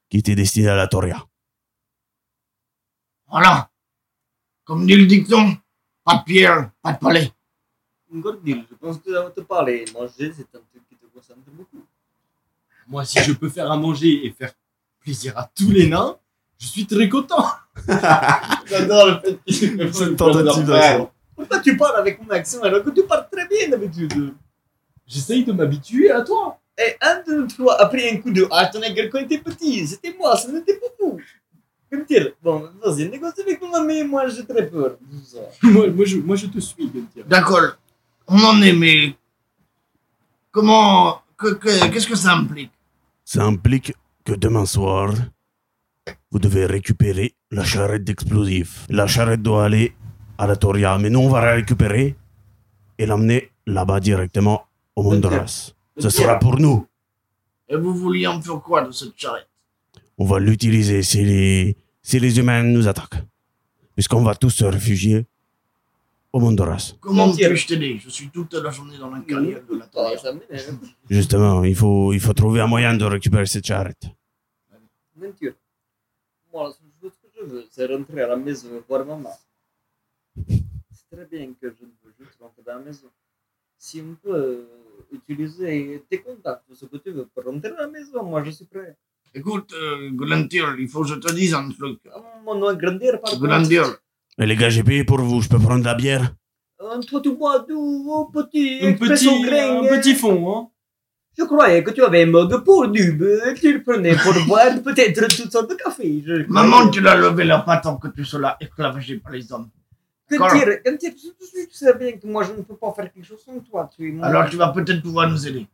Speaker 3: qui étaient destinées à la Toria.
Speaker 2: Voilà. Comme dit le dicton, pas de pierre, pas de palais.
Speaker 1: Gordil, je pense que ça va te parler. Manger, c'est un truc qui te concerne beaucoup.
Speaker 5: Moi, si je peux faire à manger et faire plaisir à tous les nains, je suis très content.
Speaker 1: J'adore le fait que
Speaker 5: C'est une tentative d'action.
Speaker 1: Pourquoi tu parles avec mon accent alors que tu parles très bien d'habitude
Speaker 5: J'essaye de m'habituer à toi.
Speaker 1: Et un de nous trois a pris un coup de Hartenegger quand il était petit. C'était moi, ce n'était pas vous. Comme dire, bon, vas-y, négocie avec moi, mais moi j'ai très peur. de ça.
Speaker 5: moi, moi, je, moi, je te suis, Gunther.
Speaker 2: D'accord. On en est, mais. Comment. que- que- Qu'est-ce que ça implique
Speaker 3: Ça implique que demain soir, vous devez récupérer la charrette d'explosifs. La charrette doit aller à la Toria, mais nous on va la récupérer et l'emmener là-bas directement au Mondras. Ce sera pour nous.
Speaker 2: Et vous vouliez en faire quoi de cette charrette
Speaker 3: On va l'utiliser si les, si les humains nous attaquent. Puisqu'on va tous se réfugier au Mondras.
Speaker 2: Comment
Speaker 1: Entière.
Speaker 2: puis-je t'aider Je suis toute la journée dans la carrière de la
Speaker 1: Ah,
Speaker 2: terre.
Speaker 1: ça m'énerve.
Speaker 3: Justement, il faut, il faut trouver un moyen de récupérer cette charrette.
Speaker 1: Mentir. Moi, la seule chose que je veux, c'est rentrer à la maison et voir maman. C'est très bien que je ne veux juste rentrer à la maison. Si on peut euh, utiliser tes contacts, tout ce que tu veux, pour rentrer à la maison, moi je suis prêt.
Speaker 2: Écoute, euh, Glantir, il faut que je te dise un truc.
Speaker 1: On doit grandir par
Speaker 2: Glantir,
Speaker 1: ah,
Speaker 3: Mais les gars, j'ai payé pour vous, je peux prendre de la bière
Speaker 1: Euh, toi, tu bois du oh, petit
Speaker 5: Un petit,
Speaker 1: expresso grain.
Speaker 5: un petit fond, hein.
Speaker 1: Je croyais que tu avais un mug pour du beurre, tu le prenais pour boire peut-être toutes sortes de café. Je
Speaker 2: maman, tu l'as levé la patte tant que tu seras esclavagé par les hommes.
Speaker 1: Quand dire, quand dire, tu, tu- tu sais bien que moi je ne peux pas faire quelque chose sans toi. Tu es mon...
Speaker 2: Alors tu vas peut-être pouvoir nous aider.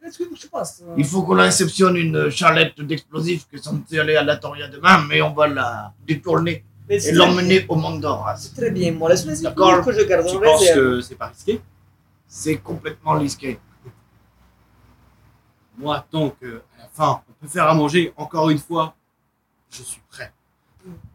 Speaker 1: Qu'est-ce que je passe
Speaker 2: Il faut qu'on réceptionne une charrette d'explosifs qui sont allés à la Toria demain, mais on va la détourner
Speaker 1: Mais
Speaker 2: et
Speaker 1: c'est
Speaker 2: l'emmener au Mandoras.
Speaker 1: très bien, moi, laisse-moi essayer
Speaker 2: D'accord.
Speaker 1: que je garde
Speaker 5: Tu
Speaker 1: en
Speaker 5: penses
Speaker 1: réserve.
Speaker 5: que c'est pas risqué
Speaker 2: C'est complètement risqué.
Speaker 5: Moi, tant que à la fin, on peut faire à manger encore une fois, je suis prêt.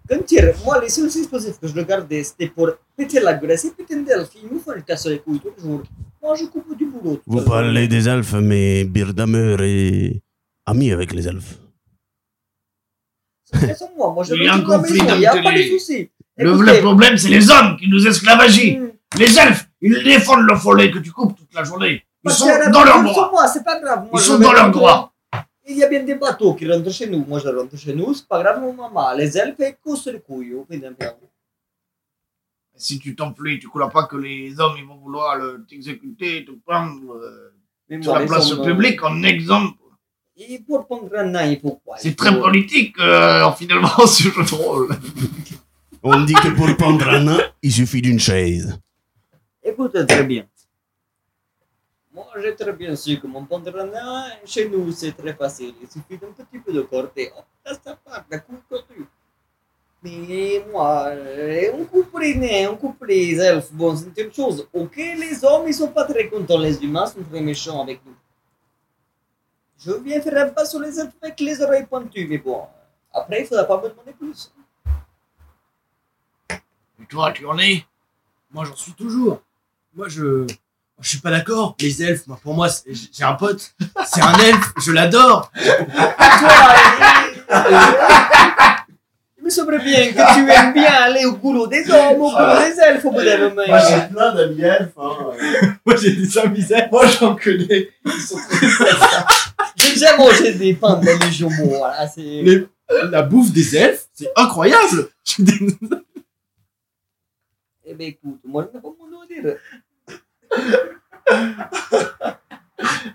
Speaker 1: Quand dire, moi, les seuls explosifs que je gardais, c'était pour péter la graisse et péter des elfes. Il nous faut le casser les couilles tous les jours. Moi, je coupe du boulot.
Speaker 3: Vous parlez des elfes, mais Birdameur est ami avec les elfes.
Speaker 1: C'est sans moi, moi je
Speaker 2: Il y a un
Speaker 1: retourne à la
Speaker 2: conflit
Speaker 1: maison, Il n'y a pas de
Speaker 2: d'intérêt.
Speaker 1: souci.
Speaker 2: Le
Speaker 1: Écoutez,
Speaker 2: vrai problème, c'est les hommes qui nous esclavagient.
Speaker 1: hum,
Speaker 2: Les elfes, ils défendent le follet que tu coupes toute la journée. Ils
Speaker 1: Parce
Speaker 2: sont
Speaker 1: qu'il y a la
Speaker 2: dans leur
Speaker 1: personne
Speaker 2: droit.
Speaker 1: sur moi, c'est pas grave. Moi,
Speaker 2: Ils
Speaker 1: je
Speaker 2: sont
Speaker 1: vais
Speaker 2: dans leur
Speaker 1: rentrer.
Speaker 2: droit.
Speaker 1: Il y a bien des bateaux qui rentrent chez nous. Moi, je rentre chez nous, c'est pas grave, mon maman. Les elfes, elles causent les couilles. au bout d'un moment.
Speaker 2: Si tu t'enfuis, tu crois pas que les hommes ils vont vouloir le- t'exécuter, te prendre euh,
Speaker 1: Mais
Speaker 2: sur
Speaker 1: moi,
Speaker 2: la
Speaker 1: les
Speaker 2: place
Speaker 1: hommes,
Speaker 2: publique en exemple.
Speaker 1: euh, Et pour prendre un nain, il faut quoi Ah, Il
Speaker 2: C'est très
Speaker 1: faut-
Speaker 2: politique, euh, finalement, ce jeu de rôle.
Speaker 3: On dit que pour prendre un nain, il suffit d'une chaise.
Speaker 1: Écoute très bien. Moi, j'ai très bien su que mon pandrana, chez nous, c'est très facile. Il suffit d'un petit peu de corté. Hop, là, ça part, la coupe contue. Mais moi, euh, on coupe les nains, on coupe les elfes. Bon, c'est une chose. Ok, les hommes, ils sont pas très contents. Les humains sont très méchants avec nous. Je viens faire un pas sur les elfes avec les oreilles pointues, mais bon. Après, il faudra pas me demander plus.
Speaker 2: Et toi, tu en es
Speaker 5: Moi, j'en suis toujours. Moi, je, je suis pas d'accord. Les elfes, moi, pour moi, c'est- j'ai un pote, c'est un elfe, je l'adore.
Speaker 1: Il me semble bien que tu aimes bien aller au boulot des hommes, au boulot des elfes, au bout d'un moment.
Speaker 7: Moi, j'ai plein d'amis elfes. hein.
Speaker 5: Moi, j'ai des amis elfes.
Speaker 7: Moi, j'en connais. Ils sont très sincères.
Speaker 1: J'ai déjà mangé des pains de la Légion. Bon, voilà, c'est.
Speaker 5: Les- La bouffe des elfes, c'est incroyable. J'ai des-
Speaker 1: Eh ben écoute, moi je n'ai pas mon nom à dire.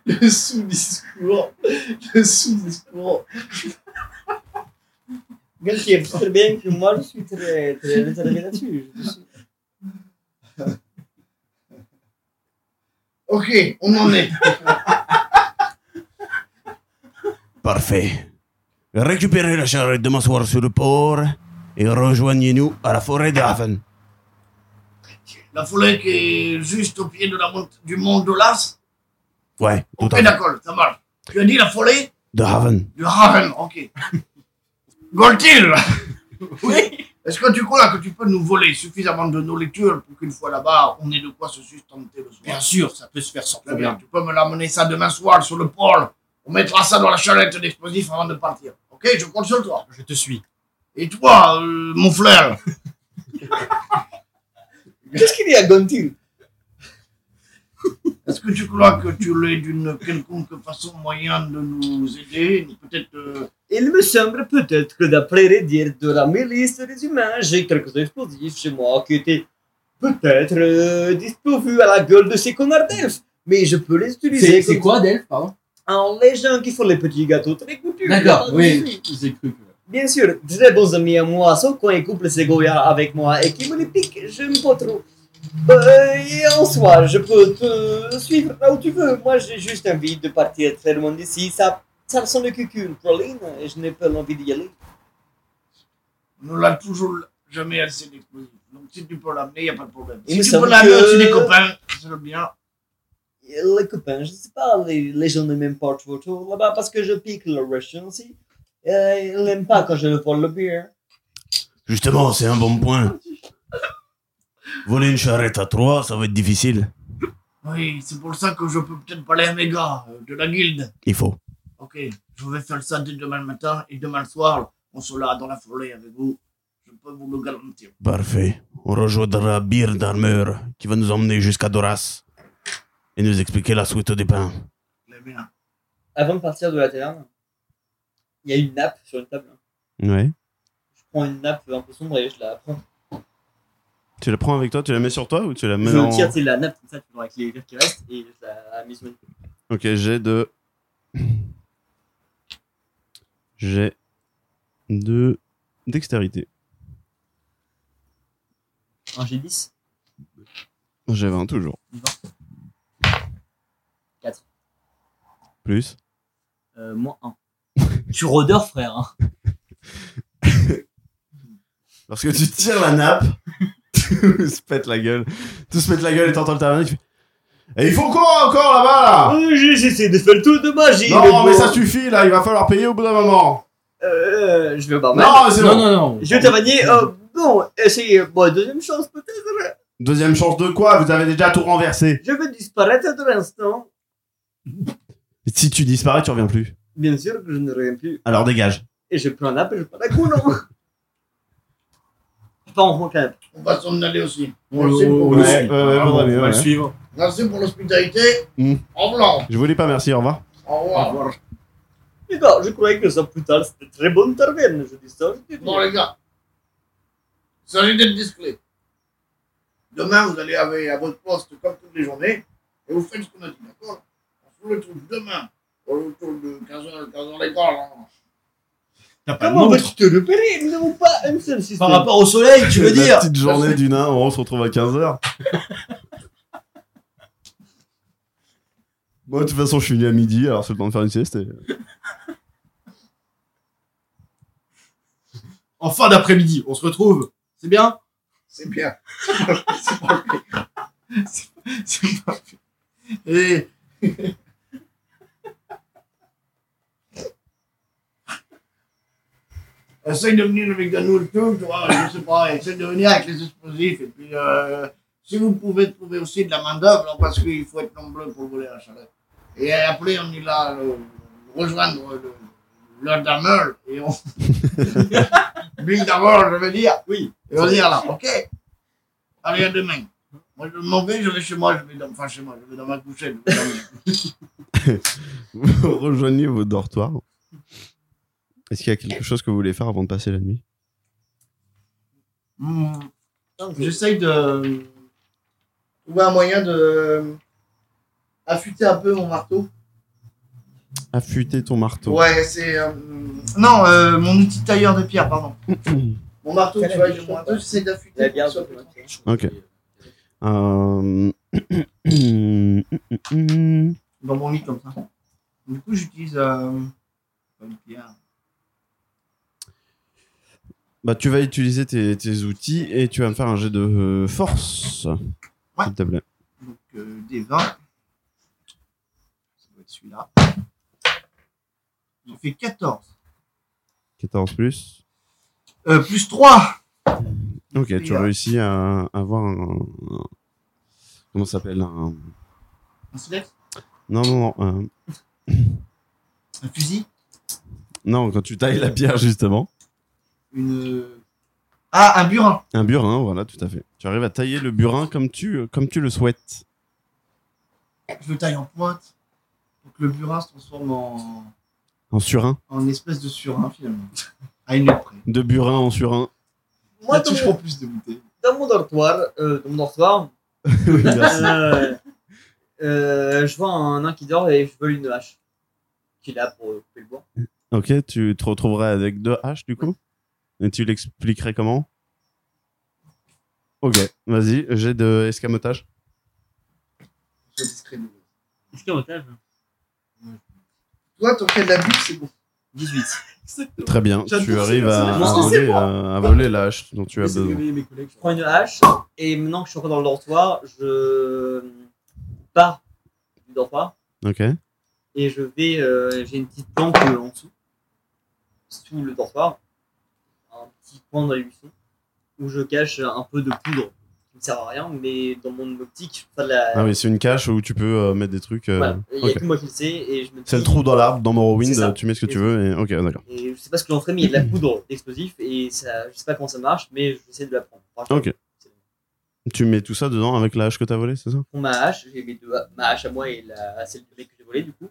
Speaker 7: Le sous-discours. Le sous-discours.
Speaker 1: Galtier, tu sais bien que moi je suis très, très réservé là-dessus. Je suis-
Speaker 2: Ok, on en est.
Speaker 3: Parfait. Récupérez la charrette demain soir sur le port et rejoignez-nous à la forêt d'Aven.
Speaker 2: La forêt qui est juste au pied de la monte, du mont Dolas.
Speaker 3: Ouais, tout
Speaker 2: Ok,
Speaker 3: à fait.
Speaker 2: d'accord, ça marche. Tu as dit la forêt
Speaker 3: D'Aven.
Speaker 2: Du Raven, ok. Goltil Oui Est-ce que tu crois que tu peux nous voler suffisamment de nos lectures pour qu'une fois là-bas, on ait de quoi se sustenter le
Speaker 5: Bien
Speaker 2: soir
Speaker 5: sûr, ça peut se faire sans
Speaker 2: Très
Speaker 5: problème.
Speaker 2: bien, tu peux me l'amener ça demain soir sur le pôle. On mettra ça dans la charrette d'explosifs avant de partir. Ok, je compte sur toi.
Speaker 5: Je te suis.
Speaker 2: Et toi, euh, mon frère
Speaker 1: Qu'est-ce qu'il y a, Gontil
Speaker 2: Est-ce que tu crois que tu l'es d'une quelconque façon moyen de nous aider Peut-être. euh,
Speaker 1: Il me semble peut-être que d'après les dires de la milice des humains, j'ai quelques explosifs chez moi qui étaient peut-être euh, dispourvus à la gueule de ces connards d'elfes. mais je peux les utiliser.
Speaker 8: C'est c'est
Speaker 1: comme
Speaker 8: quoi, Delphes, pardon
Speaker 1: Alors, les gens qui font les petits gâteaux très goûteux.
Speaker 8: D'accord,
Speaker 1: là,
Speaker 8: oui, j'ai cru que.
Speaker 1: Bien sûr, très bons amis à moi sont quand ils coupent ces goyards avec moi et qui me les piquent, je me pas trop. Euh, et en soi, je peux te suivre là où tu veux. Moi, j'ai juste envie de partir très loin d'ici. Ça, ça sent le cucul, Proline, et je n'ai pas l'envie d'y aller.
Speaker 2: On l'a toujours jamais assez d'explosifs. Donc si tu peux l'amener, il n'y a pas de problème.
Speaker 1: Il
Speaker 2: si
Speaker 1: me
Speaker 2: tu peux
Speaker 1: semble
Speaker 2: l'amener
Speaker 1: que-
Speaker 2: au-dessus des copains, c'est le bien.
Speaker 1: Les copains, je sais pas, les, les gens ne m'aiment pas trop, trop là-bas parce que je pique le Russian aussi. Euh, ils n'aiment pas quand je leur parle le beer.
Speaker 9: Justement, c'est un bon point. Voler une charrette à trois, ça va être difficile.
Speaker 2: Oui, c'est pour ça que je peux peut-être parler à mes gars euh, de la guilde.
Speaker 9: Il faut.
Speaker 2: Ok, je vais faire ça dès demain matin et demain soir, on sera dans la forêt avec vous. Je peux vous le garantir.
Speaker 9: Parfait. On rejoindra Bir d'Armeur qui va nous emmener jusqu'à Doras et nous expliquer la suite des pains.
Speaker 2: Très bien.
Speaker 1: Avant de partir de la taverne, il y a une nappe sur une table.
Speaker 3: Ouais.
Speaker 1: Je prends une nappe un peu sombre et je la prends.
Speaker 3: Tu la prends avec toi, tu la mets sur toi ou tu la mets
Speaker 1: je
Speaker 3: en...
Speaker 1: tire c'est la nappe comme ça, tu vois, avec les verres qui restent et je la mets sur une
Speaker 3: Ok, j'ai de... J'ai de dextérité.
Speaker 1: Un G10
Speaker 3: J'ai 20 toujours.
Speaker 1: Quatre.
Speaker 3: Plus
Speaker 1: euh, moins 1. tu redors, frère. hein.
Speaker 3: Parce que tu tires la nappe, tout se pète la gueule, tout se pète la gueule et t'entends le tavernier qui fait, Et il faut quoi encore là-bas là
Speaker 1: Euh, J'ai essayé de faire le tour de magie.
Speaker 3: Ah. Non
Speaker 1: le
Speaker 3: mais
Speaker 1: bon.
Speaker 3: ça suffit là, il va falloir payer au bout d'un moment.
Speaker 1: Euh, je vais au barman.
Speaker 3: Non mais c'est
Speaker 8: Non,
Speaker 3: bon.
Speaker 8: non, non.
Speaker 1: Je vais t'avanier. Euh, bon, essayez. Bon, deuxième chance peut-être.
Speaker 3: Deuxième chance de quoi Vous avez déjà tout renversé.
Speaker 1: Je vais disparaître de l'instant.
Speaker 3: Si tu disparais, tu reviens plus.
Speaker 1: Bien sûr que je ne reviens plus.
Speaker 3: Alors dégage.
Speaker 1: Et je prends un nappe et je pars à Coulon. je pars en fond quand même.
Speaker 2: On va s'en aller aussi.
Speaker 8: On
Speaker 2: Merci pour,
Speaker 3: ouais, ouais, ouais, faudrait mieux,
Speaker 8: on va le
Speaker 3: ouais.
Speaker 8: suivre.
Speaker 2: merci pour l'hospitalité.
Speaker 1: Hmm.
Speaker 3: Mm.
Speaker 2: Au revoir.
Speaker 3: Je voulais pas, merci, au revoir.
Speaker 2: Au revoir.
Speaker 1: Mais non, bah, je croyais que ça plus tard c'était très bonne taverne. Je dis ça. Je dis
Speaker 2: Bon, les gars, il s'agit d'être discret. Demain, vous allez avec- à votre poste comme toutes les journées et vous faites ce qu'on a dit, d'accord On se retrouve demain autour de 15h, 15h les gars.
Speaker 8: T'as pas de
Speaker 1: Comment
Speaker 8: montre
Speaker 1: vas-tu te repérer Nous n'avons pas un seul système.
Speaker 8: Par rapport au soleil, tu veux
Speaker 3: La
Speaker 8: dire
Speaker 3: petite journée du nain, on se retrouve à 15h. Moi, de toute façon, je suis né à midi, alors c'est le temps de faire une sieste. et-
Speaker 8: En fin d'après-midi, on se retrouve. C'est bien
Speaker 2: C'est bien. C'est pas fait. C'est pas fait. Et Essaye de venir avec de nouveaux trucs, tu vois, je sais pas, essaye de venir avec les explosifs. Et puis, euh, si vous pouvez trouver aussi de la main-d'œuvre, hein, parce qu'il faut être nombreux pour voler la chaleur. Et après, on ira euh, rejoindre le, le dameur et on. L'huile d'abord, je veux dire.
Speaker 1: Oui.
Speaker 2: Et on ira là, ok Allez, à demain. Moi, je m'en vais, je vais chez moi, je vais dans, enfin, chez moi, je vais dans ma couchette. je vais dormir.
Speaker 3: Vous rejoignez vos dortoirs. Est-ce qu'il y a quelque chose que vous voulez faire avant de passer la nuit
Speaker 2: Hmm.
Speaker 1: Donc,
Speaker 2: J'essaye de trouver un moyen de affûter un peu mon marteau.
Speaker 3: Affûter ton marteau.
Speaker 2: Ouais, c'est euh, non euh, mon outil tailleur de pierre, pardon. Mon marteau, tu vois, j'ai mon marteau, j'essaie
Speaker 1: La
Speaker 2: d'affûter.
Speaker 1: bière
Speaker 2: pour que
Speaker 1: de
Speaker 2: ce soit plus tranquille.
Speaker 3: Ok. Euh...
Speaker 2: Dans mon lit comme ça. Du coup, j'utilise euh, pas une pierre.
Speaker 3: Bah, tu vas utiliser tes, tes outils et tu vas me faire un jet de euh, force.
Speaker 2: Ouais.
Speaker 3: S'il te plaît.
Speaker 2: Donc euh, des 20. Ça doit être celui-là. Ça fait 14.
Speaker 3: 14 plus.
Speaker 2: Euh, plus 3
Speaker 3: Ok, tu
Speaker 2: Yeah.
Speaker 3: réussis à avoir un. un- Comment ça s'appelle un...
Speaker 2: Un silex
Speaker 3: Non, non, non. euh,
Speaker 2: Un fusil
Speaker 3: Non, quand tu tailles la pierre, justement.
Speaker 2: Une. Ah, un burin
Speaker 3: Un burin, voilà, tout à fait. Tu arrives à tailler le burin comme tu, comme tu le souhaites.
Speaker 2: Je le taille en pointe. Donc le burin se transforme en.
Speaker 3: En surin.
Speaker 2: en espèce de surin finalement. À une lettre près.
Speaker 3: De burin en surin.
Speaker 1: moi,
Speaker 2: Là-dessus,
Speaker 1: dans
Speaker 2: je
Speaker 1: mon,
Speaker 2: prends plus de bouteilles.
Speaker 1: dans mon dortoir, euh, dans mon dortoir,
Speaker 3: Oui, merci.
Speaker 1: euh,
Speaker 10: euh, je vois un nain qui dort et je veux une hache. Qu'il a pour couper le bois.
Speaker 3: Ok, tu te retrouverais avec deux haches du coup Et tu l'expliquerais comment Ok, vas-y, j'ai de escamotage.
Speaker 2: Sois discret, Nono.
Speaker 1: Est-ce qu'il y a un otage
Speaker 2: Toi, ton cas de la bulle, c'est bon.
Speaker 1: 18.
Speaker 3: Très bien, tu arrives à,
Speaker 1: c'est-
Speaker 3: à voler, euh, à voler la hache dont tu as besoin.
Speaker 1: Je prends une hache et maintenant que je suis encore dans le dortoir, je pars du dortoir
Speaker 3: Ok,
Speaker 1: et je vais. euh, J'ai une petite planque euh, en dessous, sous le dortoir, un petit coin dans les buissons où je cache un peu de poudre qui ne sert à rien, mais dans mon optique, je fais de la.
Speaker 3: ah oui, c'est une cache où tu peux euh, mettre des trucs. euh,
Speaker 1: Voilà, il y a
Speaker 3: ok.
Speaker 1: que moi qui le sais et je me
Speaker 3: C'est le
Speaker 1: dis-
Speaker 3: trou dans l'arbre, dans
Speaker 1: C'est ça.
Speaker 3: Morrowind, tu mets ce que tu veux et ok, d'accord.
Speaker 1: Et je sais pas ce que j'en ferai, mais il y a de la poudre d'explosif et ça, je sais pas comment ça marche, mais j'essaie de la prendre. Franchement,
Speaker 3: Ok. Tu mets tout ça dedans avec la hache que t'as volée, c'est ça
Speaker 1: je prends ma hache, j'ai mes deux, ha- ma hache à moi et la, celle du mec que j'ai volée du coup.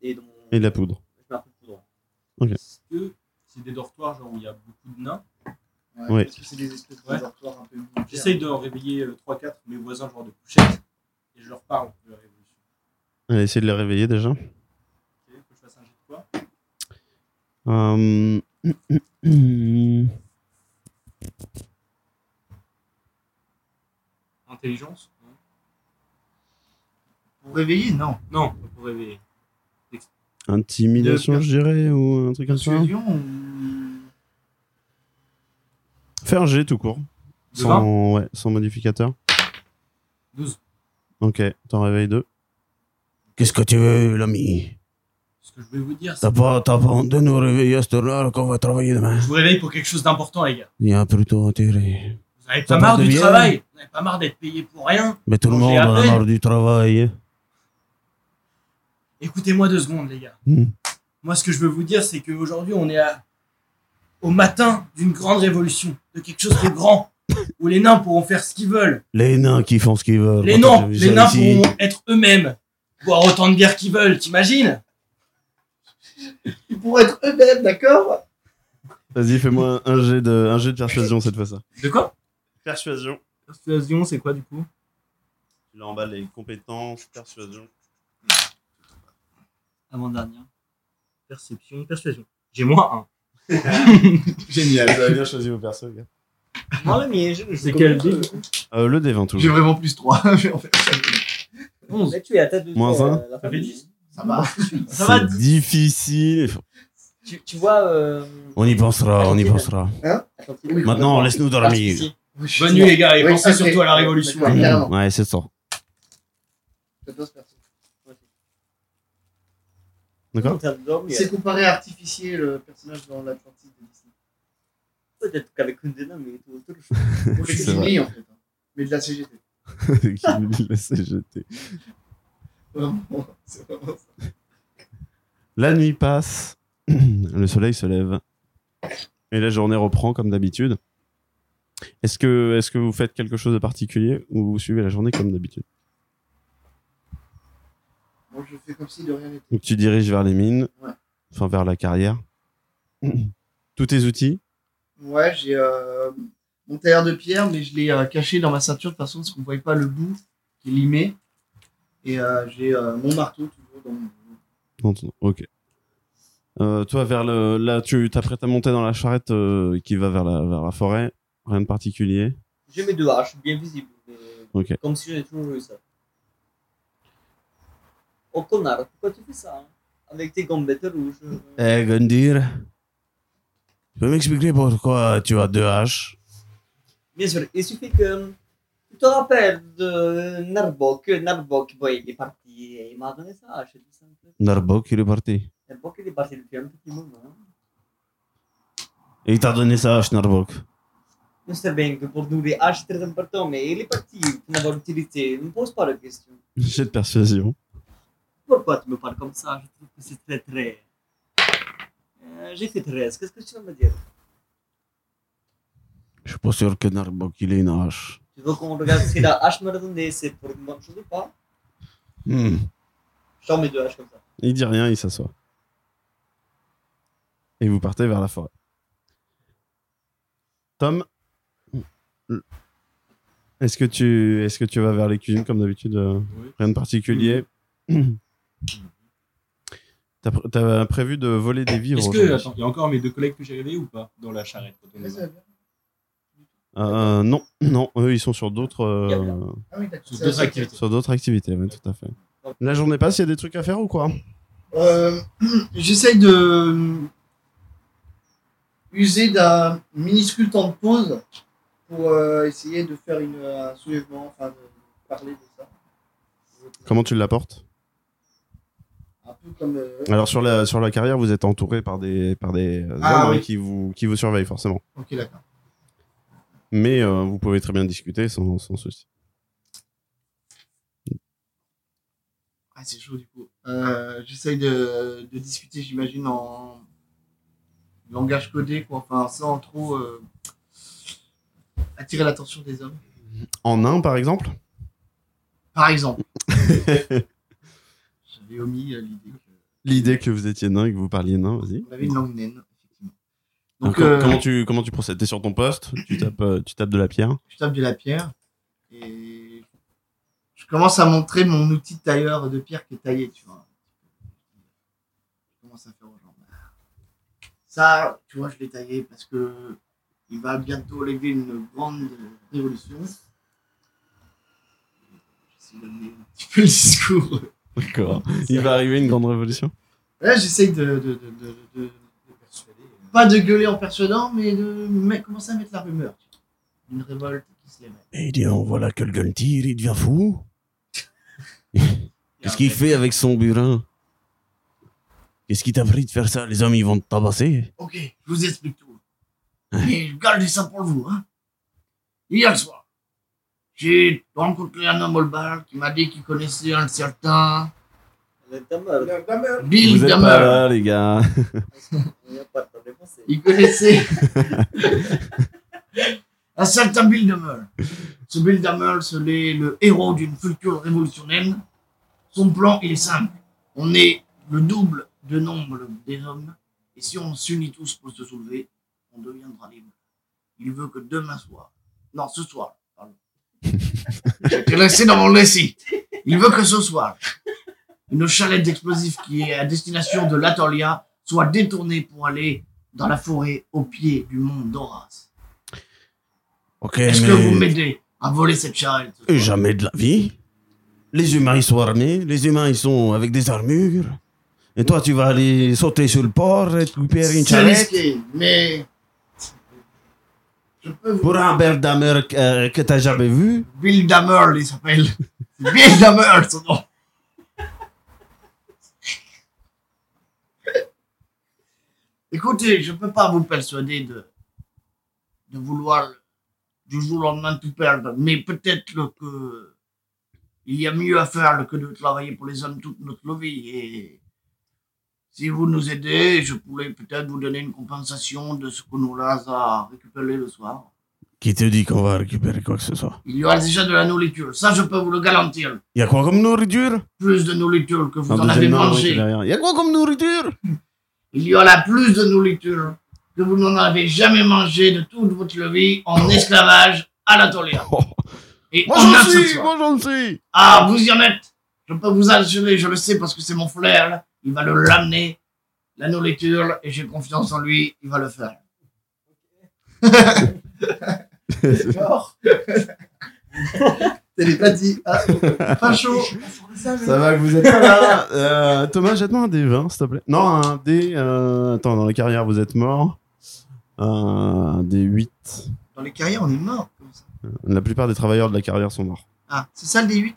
Speaker 1: Et dans mon,
Speaker 3: Et de la poudre.
Speaker 1: je mets un peu de poudre.
Speaker 5: Est-ce que c'est des dortoirs genre où il y a beaucoup de nains
Speaker 3: Oui.
Speaker 2: Parce que c'est des espèces de
Speaker 5: Ouais.
Speaker 2: dortoirs un peu
Speaker 5: J'essaye de réveiller 3-4 mes voisins genre de couchette et je leur parle de la révolution.
Speaker 3: Allez, essayer de les réveiller déjà.
Speaker 5: Ok, faut que je fasse un jet de quoi
Speaker 3: Euh, Non,
Speaker 11: Intelligence non
Speaker 2: Pour réveiller, non.
Speaker 11: Non, pas pour réveiller.
Speaker 3: intimidation,
Speaker 2: De-
Speaker 3: je dirais, ou un truc comme ça.
Speaker 2: Persuasion ou-
Speaker 3: Faire G tout court.
Speaker 11: De 20
Speaker 3: Sans, ouais, sans modificateur.
Speaker 11: 12.
Speaker 3: Ok, t'en réveilles deux.
Speaker 12: Qu'est-ce que tu veux, l'ami
Speaker 5: Ce que je vais vous dire, c'est
Speaker 12: T'as pas, t'as pas honte de nous réveiller à cette heure qu'on va travailler demain
Speaker 5: je vous réveille pour quelque chose d'important, les gars.
Speaker 12: Il y a plutôt intérêt.
Speaker 5: Vous n'avez
Speaker 12: Ça
Speaker 5: pas marre
Speaker 12: parle de
Speaker 5: du
Speaker 12: bien.
Speaker 5: travail, vous n'avez pas marre d'être payé pour rien.
Speaker 12: Mais tout le monde
Speaker 5: Manger
Speaker 12: en a
Speaker 5: après.
Speaker 12: marre du travail.
Speaker 5: Écoutez-moi deux secondes, les gars.
Speaker 12: Hmm.
Speaker 5: Moi, ce que je veux vous dire, c'est qu'aujourd'hui, on est à- au matin d'une grande révolution, de quelque chose de grand, où les nains pourront faire ce qu'ils veulent.
Speaker 12: Les nains qui font ce qu'ils veulent.
Speaker 5: Les
Speaker 12: Moi,
Speaker 5: nains,
Speaker 12: j'ai vu
Speaker 5: les
Speaker 12: ça
Speaker 5: nains
Speaker 12: ici.
Speaker 5: pourront être eux-mêmes, boire autant de bière qu'ils veulent, t'imagines
Speaker 2: Ils pourraient être eux-mêmes, d'accord
Speaker 3: Vas-y, fais-moi un G de, un jet de persuasion cette fois-ci.
Speaker 11: De quoi
Speaker 3: Persuasion.
Speaker 11: Persuasion, c'est quoi du coup
Speaker 3: Là en bas, les compétences, persuasion.
Speaker 1: Avant-dernier.
Speaker 11: Perception, persuasion. J'ai moins
Speaker 2: Génial.
Speaker 3: Vous avez bien choisi vos persos, les gars.
Speaker 1: Moi, mais je, je
Speaker 11: 1. C'est quel
Speaker 1: combien,
Speaker 11: big
Speaker 3: Euh, le D20
Speaker 2: J'ai
Speaker 3: toujours.
Speaker 2: vraiment plus 3. mais en fait, ça,
Speaker 1: euh, Mais tu es à tête de
Speaker 3: Moins
Speaker 1: toi,
Speaker 3: un.
Speaker 1: euh, la famille.
Speaker 5: fait dix.
Speaker 2: ça va.
Speaker 1: Ça va,
Speaker 3: C'est difficile.
Speaker 1: Tu, tu vois. Euh,
Speaker 12: On y pensera, on y pensera.
Speaker 1: Atlantide.
Speaker 2: Oui,
Speaker 12: Maintenant, laisse-nous
Speaker 1: Parce
Speaker 12: dormir.
Speaker 1: qu'ici,
Speaker 5: Bonne nuit, les gars, et
Speaker 2: Oui,
Speaker 5: pensez
Speaker 2: ok.
Speaker 5: surtout à la révolution.
Speaker 3: Mmh.
Speaker 2: Ouais,
Speaker 12: Hmm,
Speaker 2: carrément.
Speaker 12: Ouais, c'est ça.
Speaker 2: Ça doit se faire.
Speaker 3: D'accord
Speaker 1: en termes d'hommes, il y a
Speaker 2: C'est comparé à Artificier, le personnage dans l'Atlantique de Disney.
Speaker 1: peut-être qu'avec une des nains, mais tout autour, je-
Speaker 2: C'est
Speaker 3: C'est vrai.
Speaker 2: Disney, en fait. hein. Mais de la CGT.
Speaker 3: Qui la CGT.
Speaker 2: Vraiment, c'est vraiment ça.
Speaker 3: La nuit passe, le soleil se lève et la journée reprend comme d'habitude. Est-ce que, est que vous faites quelque chose de particulier ou vous suivez la journée comme d'habitude
Speaker 2: Moi, je fais comme si de rien n'était.
Speaker 3: Donc tu diriges vers les mines,
Speaker 2: Ouais.
Speaker 3: enfin vers la carrière. Tous tes outils
Speaker 2: Ouais, j'ai euh, mon tailleur de pierre, mais je l'ai euh, caché dans ma ceinture de façon à ce qu'on ne voyait pas le bout qui est limé. Et euh, j'ai euh, mon marteau toujours dans mon.
Speaker 3: Non, non, ok. Euh, toi, vers le, là, tu t'apprêtes à monter dans la charrette euh, qui va vers la, vers la forêt. Rien de particulier.
Speaker 1: j'ai mes deux haches, bien visibles. mais-
Speaker 3: Ok.
Speaker 1: Comme si j'avais toujours eu ça. Oh connard, pourquoi tu fais ça hein Avec tes gambettes rouges.
Speaker 12: Eh, Gundir, tu peux m'expliquer pourquoi tu as deux haches
Speaker 1: Bien sûr, il suffit que tu te rappelles de Narbok. Narbok, bon, il est parti et il m'a donné sa hache. tout simple.
Speaker 12: Narbok, il est parti.
Speaker 1: Narbok, il est parti depuis un petit moment. hein.
Speaker 3: E
Speaker 12: Et il t'a donné sa hache, Narbok.
Speaker 1: Je sais bien que pour nous, les haches, c'est très important, mais il est parti pour avoir utilité. Ne me pose pas la question.
Speaker 3: J'ai de persuasion.
Speaker 1: Pourquoi tu me parles comme ça Je trouve que c'est très très. Euh, J'ai fait 13, qu'est-ce que tu vas me dire
Speaker 12: Je suis pas sûr que Narbok, il ait
Speaker 3: e
Speaker 12: une hache.
Speaker 1: Tu veux qu'on regarde si la hache m'a donné, c'est pour une bonne chose ou pas
Speaker 12: Hmm.
Speaker 1: Je t'en mets deux haches comme ça.
Speaker 3: Il dit rien, il s'assoit. Et vous E, partez vers la forêt. Tom, Est-ce que tu est-ce que tu vas vers les cuisines comme d'habitude euh,
Speaker 13: Oui. Mm.
Speaker 3: Rien de particulier. T'as pr- T'as prévu de voler des vivres
Speaker 13: Est-ce que,
Speaker 3: aujourd'hui
Speaker 13: attends, il y a encore mes deux collègues que j'ai réveillés ou pas dans la charrette quand on est
Speaker 2: Ça, ça
Speaker 13: là
Speaker 2: va bien.
Speaker 3: Euh, Non, non, eux ils sont sur d'autres
Speaker 2: Y a
Speaker 3: euh,
Speaker 2: bien. Ah oui, d'accord.
Speaker 13: Sous
Speaker 2: Ça,
Speaker 13: deux
Speaker 2: ça-
Speaker 13: activités.
Speaker 3: sur d'autres activités, ouais, tout à fait. La journée passe, il y a des trucs à faire ou quoi
Speaker 2: Euh, J'essaye de euh, user d'un minuscule temps de pause pour euh, essayer de faire une, un soulèvement, enfin de parler de ça.
Speaker 3: Comment tu l'apportes
Speaker 2: Un peu comme. euh,
Speaker 3: Alors sur la sur la carrière, vous êtes entouré par des par des hommes
Speaker 2: Ah,
Speaker 3: hein,
Speaker 2: oui.
Speaker 3: qui vous qui vous surveillent forcément.
Speaker 2: Ok, d'accord.
Speaker 3: Mais euh, vous pouvez très bien discuter sans, sans souci.
Speaker 2: Ah, c'est chaud du coup. Euh, J'essaye de, de discuter, j'imagine, en langage codé, quoi. Enfin, sans trop euh, attirer l'attention des hommes.
Speaker 3: En un par exemple
Speaker 2: Par exemple. J'avais omis euh, l'idée
Speaker 3: L'idée que vous étiez nain et que vous parliez nain, vas-y.
Speaker 2: qu'on avait une langue naine, effectivement.
Speaker 3: Donc,
Speaker 2: Donc, euh,
Speaker 3: comment, tu, comment tu procèdes T'es sur ton poste, tu tapes, euh, tu tapes de la pierre.
Speaker 2: je tape de la pierre et je commence à montrer mon outil de tailleur de pierre qui est taillé, tu vois. Je commence à faire aux gens. Ça, tu vois, je l'ai taillé parce que il va bientôt lever une grande révolution. J'essaie d'amener un petit peu le discours.
Speaker 3: D'accord. Il va arriver une grande révolution.
Speaker 2: Là, j'essaye de, de, de, de, de- de persuader. Pas de gueuler en persuadant, mais de me- commencer à mettre la rumeur. tu vois. Une révolte qui se lève.
Speaker 9: Eh bien, voilà que le gun tire, il devient fou. Qu'est-ce qu'il fait avec son burin Qu'est-ce qui t'a pris de faire ça Les hommes, ils vont te tabasser.
Speaker 2: Ok, je vous explique tout. Mais gardez ça pour vous, hein. Hier soir, j'ai rencontré un homme au bar qui m'a dit qu'il connaissait un certain Bill
Speaker 3: vous êtes
Speaker 2: Gamer.
Speaker 3: pas là, les gars.
Speaker 2: Il connaissait un certain Bill Dummer. Ce Bill Dummer, c'est le héros d'une culture révolutionnaire. Son plan, il est simple. On est le double de nombre des hommes. Et si on s'unit tous pour se soulever, on deviendra libre. Il veut que demain soir, non, ce soir, pardon. J'étais laissé dans mon lacis. Il veut que ce soir, une chalette d'explosifs qui est à destination de l'Atolia soit détournée pour aller dans la forêt au pied du mont d'Horace.
Speaker 9: Ok,
Speaker 2: Est-ce que vous
Speaker 9: Eh mais
Speaker 2: m'aidez à voler cette charrette ce
Speaker 9: Et
Speaker 2: soir
Speaker 9: jamais de la vie. Les humains, ils sont armés. Les humains, ils sont avec des armures. Et toi, tu vas aller sauter sur le port et te couper une
Speaker 2: C'est
Speaker 9: charrette
Speaker 2: risqué, mais je peux vous...
Speaker 9: pour un bear d'ameur euh, que t'as jamais vu.
Speaker 2: Bill Damer, il s'appelle. C'est Bill Damer, son nom. Écoutez, je peux pas vous persuader de, de vouloir du jour au lendemain tout perdre, mais peut-être que il y a mieux à faire que de travailler pour les hommes toute notre vie. Et si vous nous aidez, je pourrais peut-être vous donner une compensation de ce que nous à récupérer le soir.
Speaker 9: Qui te dit qu'on va récupérer quoi que ce soit
Speaker 2: Il y aura déjà de la nourriture, ça je peux vous le garantir.
Speaker 9: Il y a quoi comme nourriture
Speaker 2: Plus de nourriture que vous
Speaker 3: Un
Speaker 2: en
Speaker 3: deuxième
Speaker 2: avez
Speaker 3: nain, ouais, qui
Speaker 2: mangé.
Speaker 3: est derrière.
Speaker 9: Il y a quoi comme nourriture
Speaker 2: Il y aura plus de nourriture que vous n'en avez jamais mangé de toute votre vie en esclavage à la Toléa.
Speaker 3: Oh.
Speaker 2: Et
Speaker 9: Moi,
Speaker 2: on a
Speaker 9: j'en
Speaker 2: ce
Speaker 9: suis
Speaker 2: soir.
Speaker 9: Moi, j'en suis
Speaker 2: Ah, vous y en êtes Je peux vous assurer, je le sais parce que c'est mon frère. là. Il va le l'amener, la nourriture, et j'ai confiance en lui, il va le faire. Télépathie, ah, pas chaud.
Speaker 3: Ça va que vous êtes pas là. Euh, Thomas, jette-moi un des 20, s'il te plaît. Non, un des. euh, Attends, dans la carrière, vous êtes mort. Un des 8.
Speaker 2: Dans les carrières, on est mort. comme ça.
Speaker 3: La plupart des travailleurs de la carrière sont morts.
Speaker 2: Ah, c'est ça le D8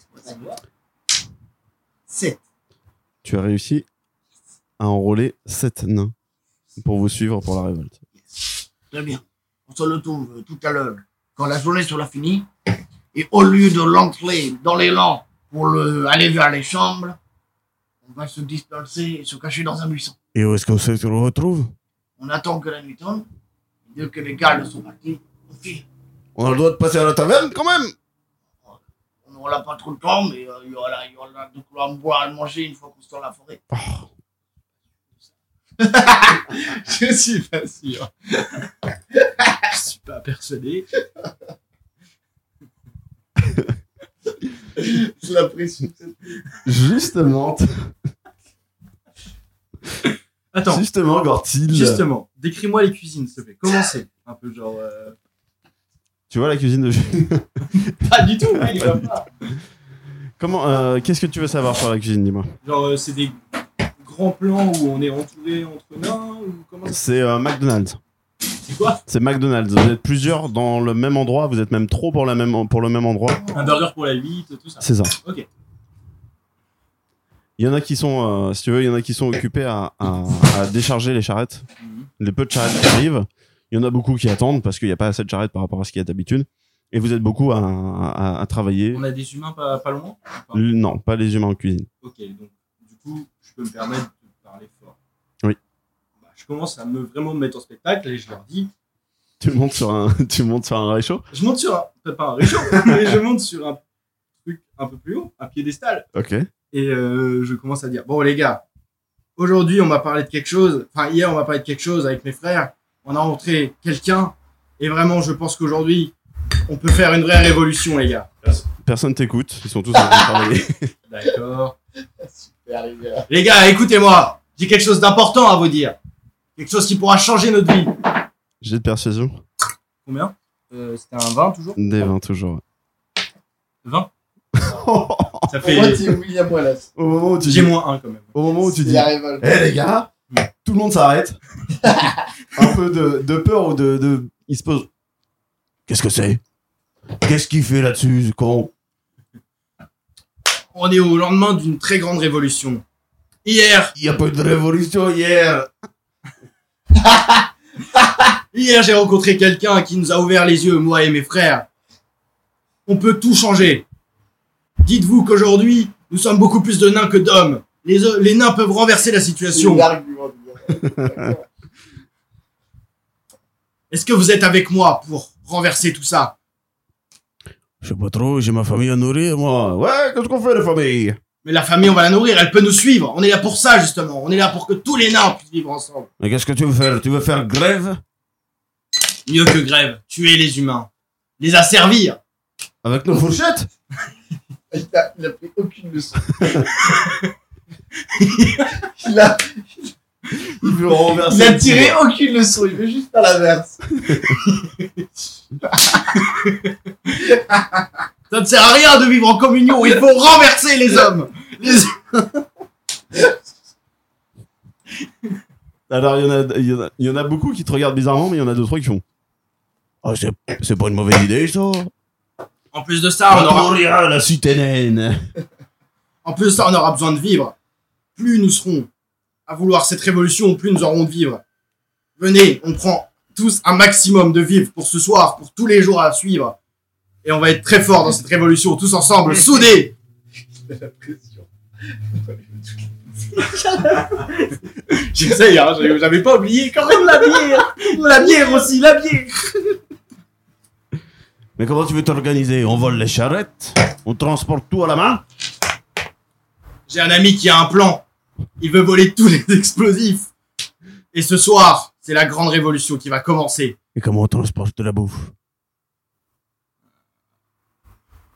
Speaker 2: 7.
Speaker 3: Tu as réussi à enrôler 7 nains pour vous suivre pour la révolte.
Speaker 2: Très bien. On se retrouve tout à l'heure, quand la journée sera finie. Et au lieu de l'entrer dans l'élan pour le- aller vers les chambres, on va se disperser et se cacher dans un buisson.
Speaker 9: Et où est-ce qu'on se retrouve
Speaker 2: On attend que la nuit tombe. Et dès que les gardes sont partis, on file.
Speaker 9: On a le droit de passer à la taverne quand même
Speaker 2: On n'aura pas trop de temps, mais euh, il y aura il y aura de quoi boire et manger une fois qu'on sera dans la forêt.
Speaker 5: Je suis pas sûr.
Speaker 13: Je suis pas persuadé.
Speaker 2: Je l'apprécie.
Speaker 3: Justement.
Speaker 8: Attends,
Speaker 3: Justement, Gortil.
Speaker 8: justement, décris-moi les cuisines, s'il te plaît. Comment c'est Un peu genre. euh,
Speaker 3: Tu vois la cuisine de
Speaker 13: Pas du tout, il va pas.
Speaker 3: Comment euh, Qu'est-ce que tu veux savoir sur la cuisine, dis-moi
Speaker 13: Genre, euh, c'est des grands plans où on est entouré entre nains ou comment ça
Speaker 3: C'est euh, McDonald's.
Speaker 13: C'est quoi
Speaker 3: C'est McDonald's. Vous êtes plusieurs dans le même endroit. Vous êtes même trop pour, la même, pour le même endroit.
Speaker 13: Un burger pour la 8, tout ça.
Speaker 3: C'est ça.
Speaker 13: Ok.
Speaker 3: Il y en a qui sont, euh, si tu veux, il y en a qui sont occupés à, à- à décharger les charrettes.
Speaker 13: Mhm.
Speaker 3: Les peu de charrettes qui arrivent. Il y en a beaucoup qui attendent parce qu'il n'y a pas assez de charrettes par rapport à ce qu'il y a d'habitude. Et vous êtes beaucoup à, à- à travailler.
Speaker 13: On a des humains pas, pas loin a-
Speaker 3: L- Non, pas les humains en cuisine.
Speaker 13: Ok, donc du coup, je peux me permettre de parler fort.
Speaker 3: Oui.
Speaker 13: Bah, je commence à me vraiment me mettre en spectacle et je leur dis
Speaker 3: Tu montes sur un, tu montes sur un réchaud.
Speaker 13: je monte sur un. peut-être Pas un réchaud, mais je monte sur un truc un peu plus haut, un piédestal.
Speaker 3: Ok.
Speaker 8: et euh, je commence à dire bon les gars aujourd'hui on m'a parlé de quelque chose enfin hier on m'a parlé de quelque chose avec mes frères on a rencontré quelqu'un et vraiment je pense qu'aujourd'hui on peut faire une vraie révolution les gars
Speaker 3: Personne t'écoute. Ils sont tous en train de travailler.
Speaker 8: d'accord
Speaker 2: Super, les gars.
Speaker 8: les gars écoutez-moi j'ai quelque chose d'important à vous dire quelque chose qui pourra changer notre vie
Speaker 3: J'ai de persuasion.
Speaker 8: combien
Speaker 1: Euh, C'était un 20 toujours
Speaker 3: Des 20 toujours.
Speaker 13: Ça
Speaker 2: Pour
Speaker 13: fait.
Speaker 2: moi, t'es William Wallace.
Speaker 3: Au moment où tu
Speaker 8: j'ai moins un quand même
Speaker 3: au moment où tu
Speaker 2: C'est
Speaker 3: dis,
Speaker 2: la révolte.
Speaker 3: Eh les gars, tout le monde s'arrête. un peu de, de peur ou de, de. Il se pose.
Speaker 9: Qu'est-ce que c'est Qu'est-ce qu'il fait là-dessus, ce con
Speaker 8: on est au lendemain d'une très grande révolution hier
Speaker 9: Il n'y a pas eu de révolution hier
Speaker 8: hier j'ai rencontré quelqu'un qui nous a ouvert les yeux moi et mes frères on peut tout changer
Speaker 5: Dites-vous qu'aujourd'hui, nous sommes beaucoup plus de nains que d'hommes. Les, les nains peuvent renverser la
Speaker 2: C'est
Speaker 5: situation.
Speaker 2: l'argument du gars.
Speaker 5: Est-ce que vous êtes avec moi pour renverser tout ça
Speaker 9: Je sais pas trop, j'ai ma famille à nourrir, moi. Ouais, qu'est-ce qu'on fait, les familles
Speaker 5: Mais la famille, on va la nourrir, elle peut nous suivre. On est là pour ça, justement. On est là pour que tous les nains puissent vivre ensemble.
Speaker 9: Mais qu'est-ce que tu veux faire Tu veux faire grève
Speaker 5: Mieux que grève, tuer les humains. Les asservir.
Speaker 9: Avec nos fourchettes
Speaker 2: Il a, il a pris aucune leçon. il, a,
Speaker 3: Il veut
Speaker 2: il a tiré aucune leçon, il veut juste faire l'inverse.
Speaker 5: Ça ne sert à rien de vivre en communion. Il faut renverser les hommes.
Speaker 3: Alors il y, en a, il, y en a, il y en a beaucoup qui te regardent bizarrement, mais il y en a deux trois qui font.
Speaker 9: Ah, c'est, c'est pas une mauvaise idée, ça
Speaker 5: En plus de ça, Ah, on aura,
Speaker 9: nourrir la cité naine
Speaker 5: en plus de ça, on aura besoin de vivre. Plus nous serons à vouloir cette révolution, plus nous aurons de vivre. Venez, on prend tous un maximum de vivre pour ce soir, pour tous les jours à suivre. Et on va être très forts dans cette révolution, tous ensemble, soudés.
Speaker 2: Il a la pression.
Speaker 13: J'essaye, hein, j'avais- j'avais pas oublié quand même.
Speaker 1: La bière La bière aussi, la bière
Speaker 9: Mais comment tu veux t'organiser On vole les charrettes On transporte tout à la main
Speaker 5: J'ai un ami qui a un plan. Il veut voler tous les explosifs. Et ce soir, c'est la grande révolution qui va commencer.
Speaker 9: Et comment on transporte la bouffe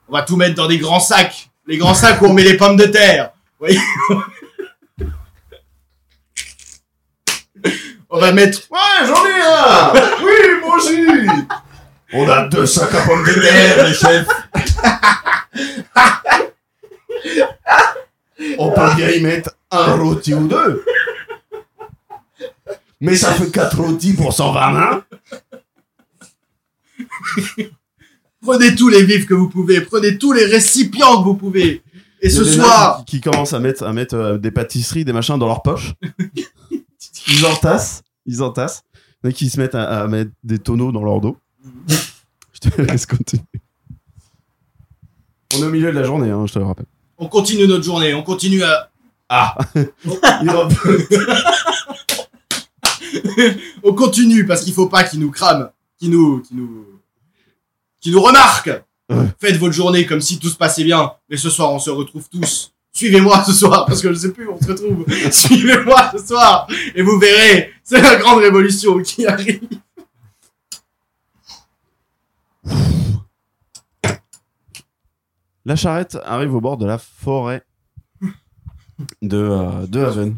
Speaker 5: On va tout mettre dans des grands sacs. Les grands sacs où on met les pommes de terre. Vous voyez On va mettre...
Speaker 9: Ouais, j'en ai un Oui, moi aussi On a deux sacs à pommes de terre, les chefs On peut bien y mettre un rôti ou deux Mais ça fait quatre rôtis pour 120 nains
Speaker 5: Prenez tous les vifs que vous pouvez. Prenez tous les récipients que vous pouvez. Et
Speaker 3: Il y a
Speaker 5: ce
Speaker 3: des
Speaker 5: soir...
Speaker 3: nains qui, qui commencent à mettre, à mettre euh, des pâtisseries, des machins dans leur poche. ils entassent, ils entassent. Il y en a qui se mettent à, à mettre des tonneaux dans leur dos. je te laisse continuer. On est au milieu de la journée, hein, je te le rappelle.
Speaker 5: On continue notre journée. On continue à... Ah.
Speaker 3: Il rep-
Speaker 5: On continue parce qu'il faut pas qu'ils nous crament. Qu'ils nous... Qu'ils nous... Qu'ils nous remarquent Faites votre journée comme si tout se passait bien. Mais ce soir, on se retrouve tous. Suivez-moi ce soir, parce que je sais plus où on se retrouve. Suivez-moi ce soir, et vous verrez, c'est la grande révolution qui arrive.
Speaker 3: La charrette arrive au bord de la forêt de, euh, de Haven.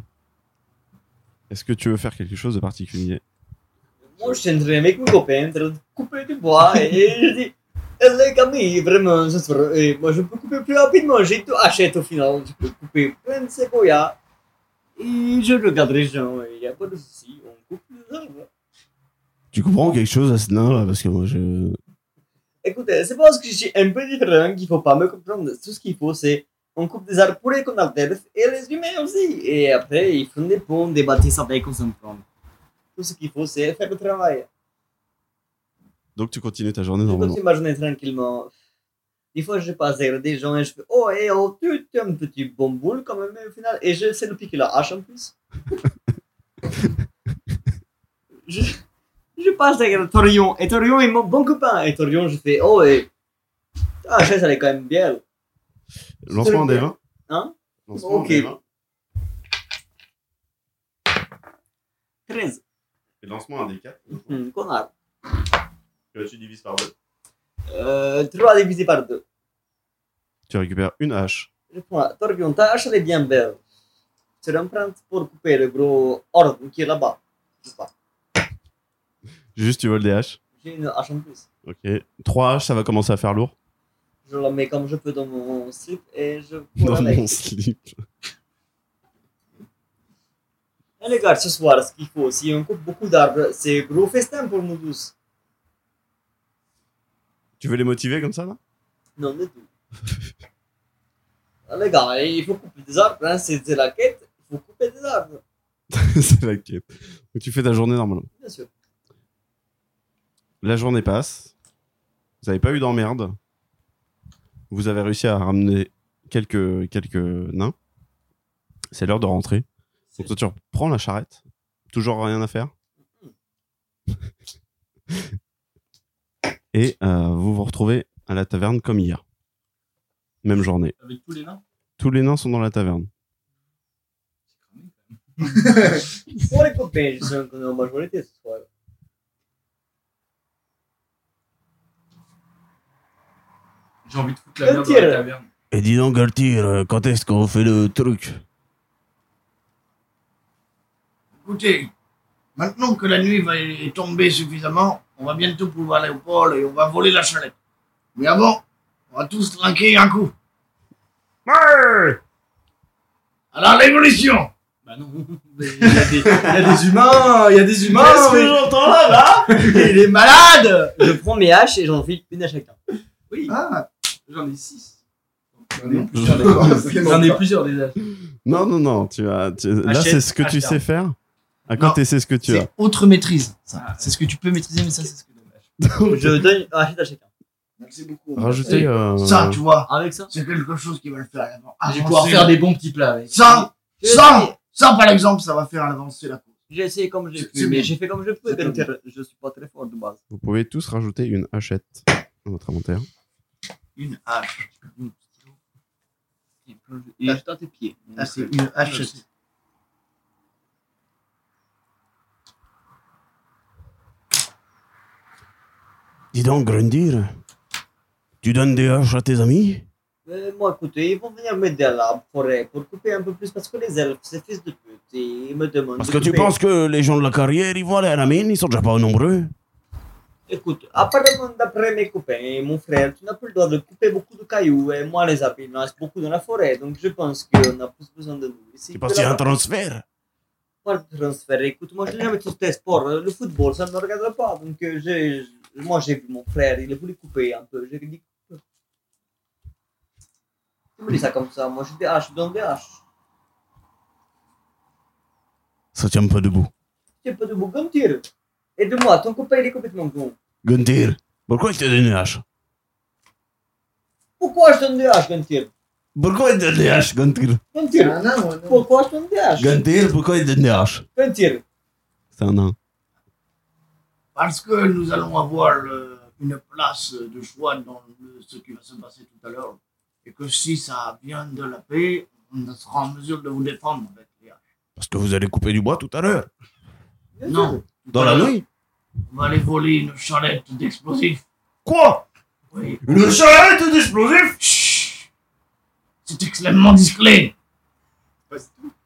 Speaker 3: Est-ce que tu veux faire quelque chose de particulier
Speaker 1: Moi, je suis entraîné avec mes copains, en train de couper du bois, et je dis, Eh, les amis, vraiment, ce soir, eh, moi, je peux couper plus rapidement, j'ai tout acheté au final, je peux couper plein de séquoias, et je regarde les gens, il n'y a pas de souci, on coupe les arbres.
Speaker 14: Tu comprends quelque chose à ce nain là Parce que moi je.
Speaker 1: Écoutez, c'est parce que je suis un peu différent qu'il faut pas me comprendre. Tout ce qu'il faut, c'est on coupe des arbres pour les condamnateurs et les humains aussi. Et après, ils font des ponts, des bâtisses avec on s'en prend. Tout ce qu'il faut, c'est faire le travail.
Speaker 3: Donc tu continues ta journée
Speaker 1: Je
Speaker 3: normalement.
Speaker 1: continue ma journée tranquillement. Des fois, je passe derrière des gens et je fais Oh, et oh, tu tu es un petit bon boule quand même, mais au final. Et je sais le piquer la hache en plus. je, je passe derrière Torion et Torion est mon bon copain. Et Torion, je fais Oh, et. Ah, ça, elle est quand même bien.
Speaker 3: Lancement des 20.
Speaker 1: Hein
Speaker 3: Lancement
Speaker 1: Ok.
Speaker 3: des 20.
Speaker 1: 13.
Speaker 3: Et lancement un des 4.
Speaker 1: Hmm, connard.
Speaker 3: Que tu divises par 2.
Speaker 1: Euh, 3 divisé par 2.
Speaker 3: Tu récupères une hache.
Speaker 1: Je prends la Torion, ta hache, elle est bien belle. Tu l'empruntes pour couper le gros orbe qui est là-bas. Je sais pas.
Speaker 3: Juste tu voles des haches.
Speaker 1: J'ai une hache en plus.
Speaker 3: Ok. 3 haches, ça va commencer à faire lourd.
Speaker 1: Je la mets comme je peux dans mon slip et je cours
Speaker 3: Dans
Speaker 1: avec.
Speaker 3: mon slip.
Speaker 1: Et les gars, ce soir, ce qu'il faut, si on coupe beaucoup d'arbres, c'est gros festin pour nous tous.
Speaker 3: Tu veux les motiver comme ça là
Speaker 1: Non, du tout. Ah, les gars, il faut couper des arbres, hein, c'est c'est la quête, il faut couper des arbres,
Speaker 3: C'est la quête. Donc tu fais ta journée normalement.
Speaker 1: bien sûr.
Speaker 3: La journée passe. Vous n'avez pas eu d'emmerde. Vous avez réussi à ramener quelques, quelques nains. C'est l'heure de rentrer. Donc toi, tu reprends la charrette. Toujours rien à faire. Et euh, vous vous retrouvez à la taverne comme hier. Même journée.
Speaker 5: Avec tous les nains
Speaker 3: Tous les nains sont dans la taverne.
Speaker 1: Pour les copains, je sens qu'on est en majorité ce soir.
Speaker 5: J'ai envie de foutre la merde dans
Speaker 1: Tire.
Speaker 5: la taverne.
Speaker 14: Et dis donc, Galtier, euh, quand est-ce qu'on fait le truc
Speaker 2: Écoutez, maintenant que la nuit va est tombée suffisamment, on va bientôt pouvoir aller au pôle et on va voler la chalette. Mais avant, on va tous trinquer un coup. À la révolution
Speaker 5: Bah non, mais il y, a des- il y a des humains, il y a des humains. mais-
Speaker 2: j'entends là, là Il est malade
Speaker 1: Je prends mes haches et j'en file une à chacun.
Speaker 2: Ah,
Speaker 5: J'en ai 6.
Speaker 2: J'en
Speaker 5: J'en ai plusieurs déjà.
Speaker 3: Non, non, non. Tu as, tu- là,
Speaker 5: Achète,
Speaker 3: c'est ce que tu
Speaker 5: achète.
Speaker 3: sais faire. À côté, c'est ce que tu as.
Speaker 2: C'est autre maîtrise. ça. C'est ce que tu peux maîtriser, mais ça, c'est ce que
Speaker 1: Je donne une hache à chacun.
Speaker 2: Merci beaucoup.
Speaker 3: Rajoutez. euh,
Speaker 2: Ça, tu vois,
Speaker 1: Avec ça
Speaker 2: c'est quelque chose qui va le faire avant.
Speaker 3: Ah,
Speaker 15: Je vais pouvoir faire des bons petits plats avec.
Speaker 2: Ça,
Speaker 1: Je
Speaker 2: ça, ça, par exemple, ça va faire avancer la cause.
Speaker 1: J'ai essayé comme j'ai
Speaker 2: C'est-
Speaker 1: pu,
Speaker 2: c'est
Speaker 1: mais
Speaker 2: bien.
Speaker 1: j'ai fait comme je peux.
Speaker 2: C'est bien.
Speaker 1: Gunther. Je suis pas très fort de base.
Speaker 3: Vous pouvez tous rajouter une hachette à votre inventaire.
Speaker 2: Une hache.
Speaker 1: Et plonge- Et je tends tes pieds.
Speaker 2: Ah, c'est une hache.
Speaker 14: Dis donc, Grundir, tu donnes des haches à tes amis
Speaker 1: Euh, moi, écoutez, ils vont venir m'aider à la forêt pour couper un peu plus parce que les elfes, c'est fils de pute et ils me demandent.
Speaker 14: Parce
Speaker 1: de
Speaker 14: que tu
Speaker 1: couper.
Speaker 14: penses que les gens de la carrière, ils vont aller à la mine, ils sont déjà pas nombreux.
Speaker 1: Écoute, apparemment, d'après mes copains et mon frère, tu n'as plus le droit de couper beaucoup de cailloux et moi, les arbres, ils naissent beaucoup dans la forêt donc je pense qu'on a plus besoin de nous. Ici,
Speaker 14: Tu penses qu'il y a un
Speaker 1: pas
Speaker 14: transfert
Speaker 1: de transfert. Écoute, moi, je n'ai jamais testé les sports. euh, Le football, ça ne me regarde pas. Donc, euh, j'ai- je- moi, j'ai vu mon frère, il a voulu couper un peu. J'ai dit. coupe. Tu me dis ça comme ça. Moi, je dis, ah, je donne des haches.
Speaker 14: Ça tient pas debout.
Speaker 1: Tu peux de Bourgogne-Tir. Et de moi, ton copain, il est complètement con.
Speaker 14: Grundir, pourquoi il te donne des haches
Speaker 1: Pourquoi je donne des haches, Gantir
Speaker 14: Pourquoi il te donne des haches, Grundir
Speaker 1: Gantir, pourquoi je donne des haches
Speaker 14: Grundir, pourquoi il te donne des haches
Speaker 1: Gantir,
Speaker 3: C'est un nain.
Speaker 2: Parce que nous allons avoir euh, une place de choix dans le- ce qui va se passer tout à l'heure. Et que si ça vient de la paix, on sera en mesure de vous défendre avec les haches.
Speaker 14: Parce que vous allez couper du bois tout à l'heure.
Speaker 2: Non,
Speaker 14: Dans la nuit
Speaker 2: on va aller voler une charrette d'explosifs.
Speaker 14: Quoi
Speaker 2: Oui.
Speaker 14: Une charrette d'explosifs
Speaker 2: Chut C'est extrêmement discret.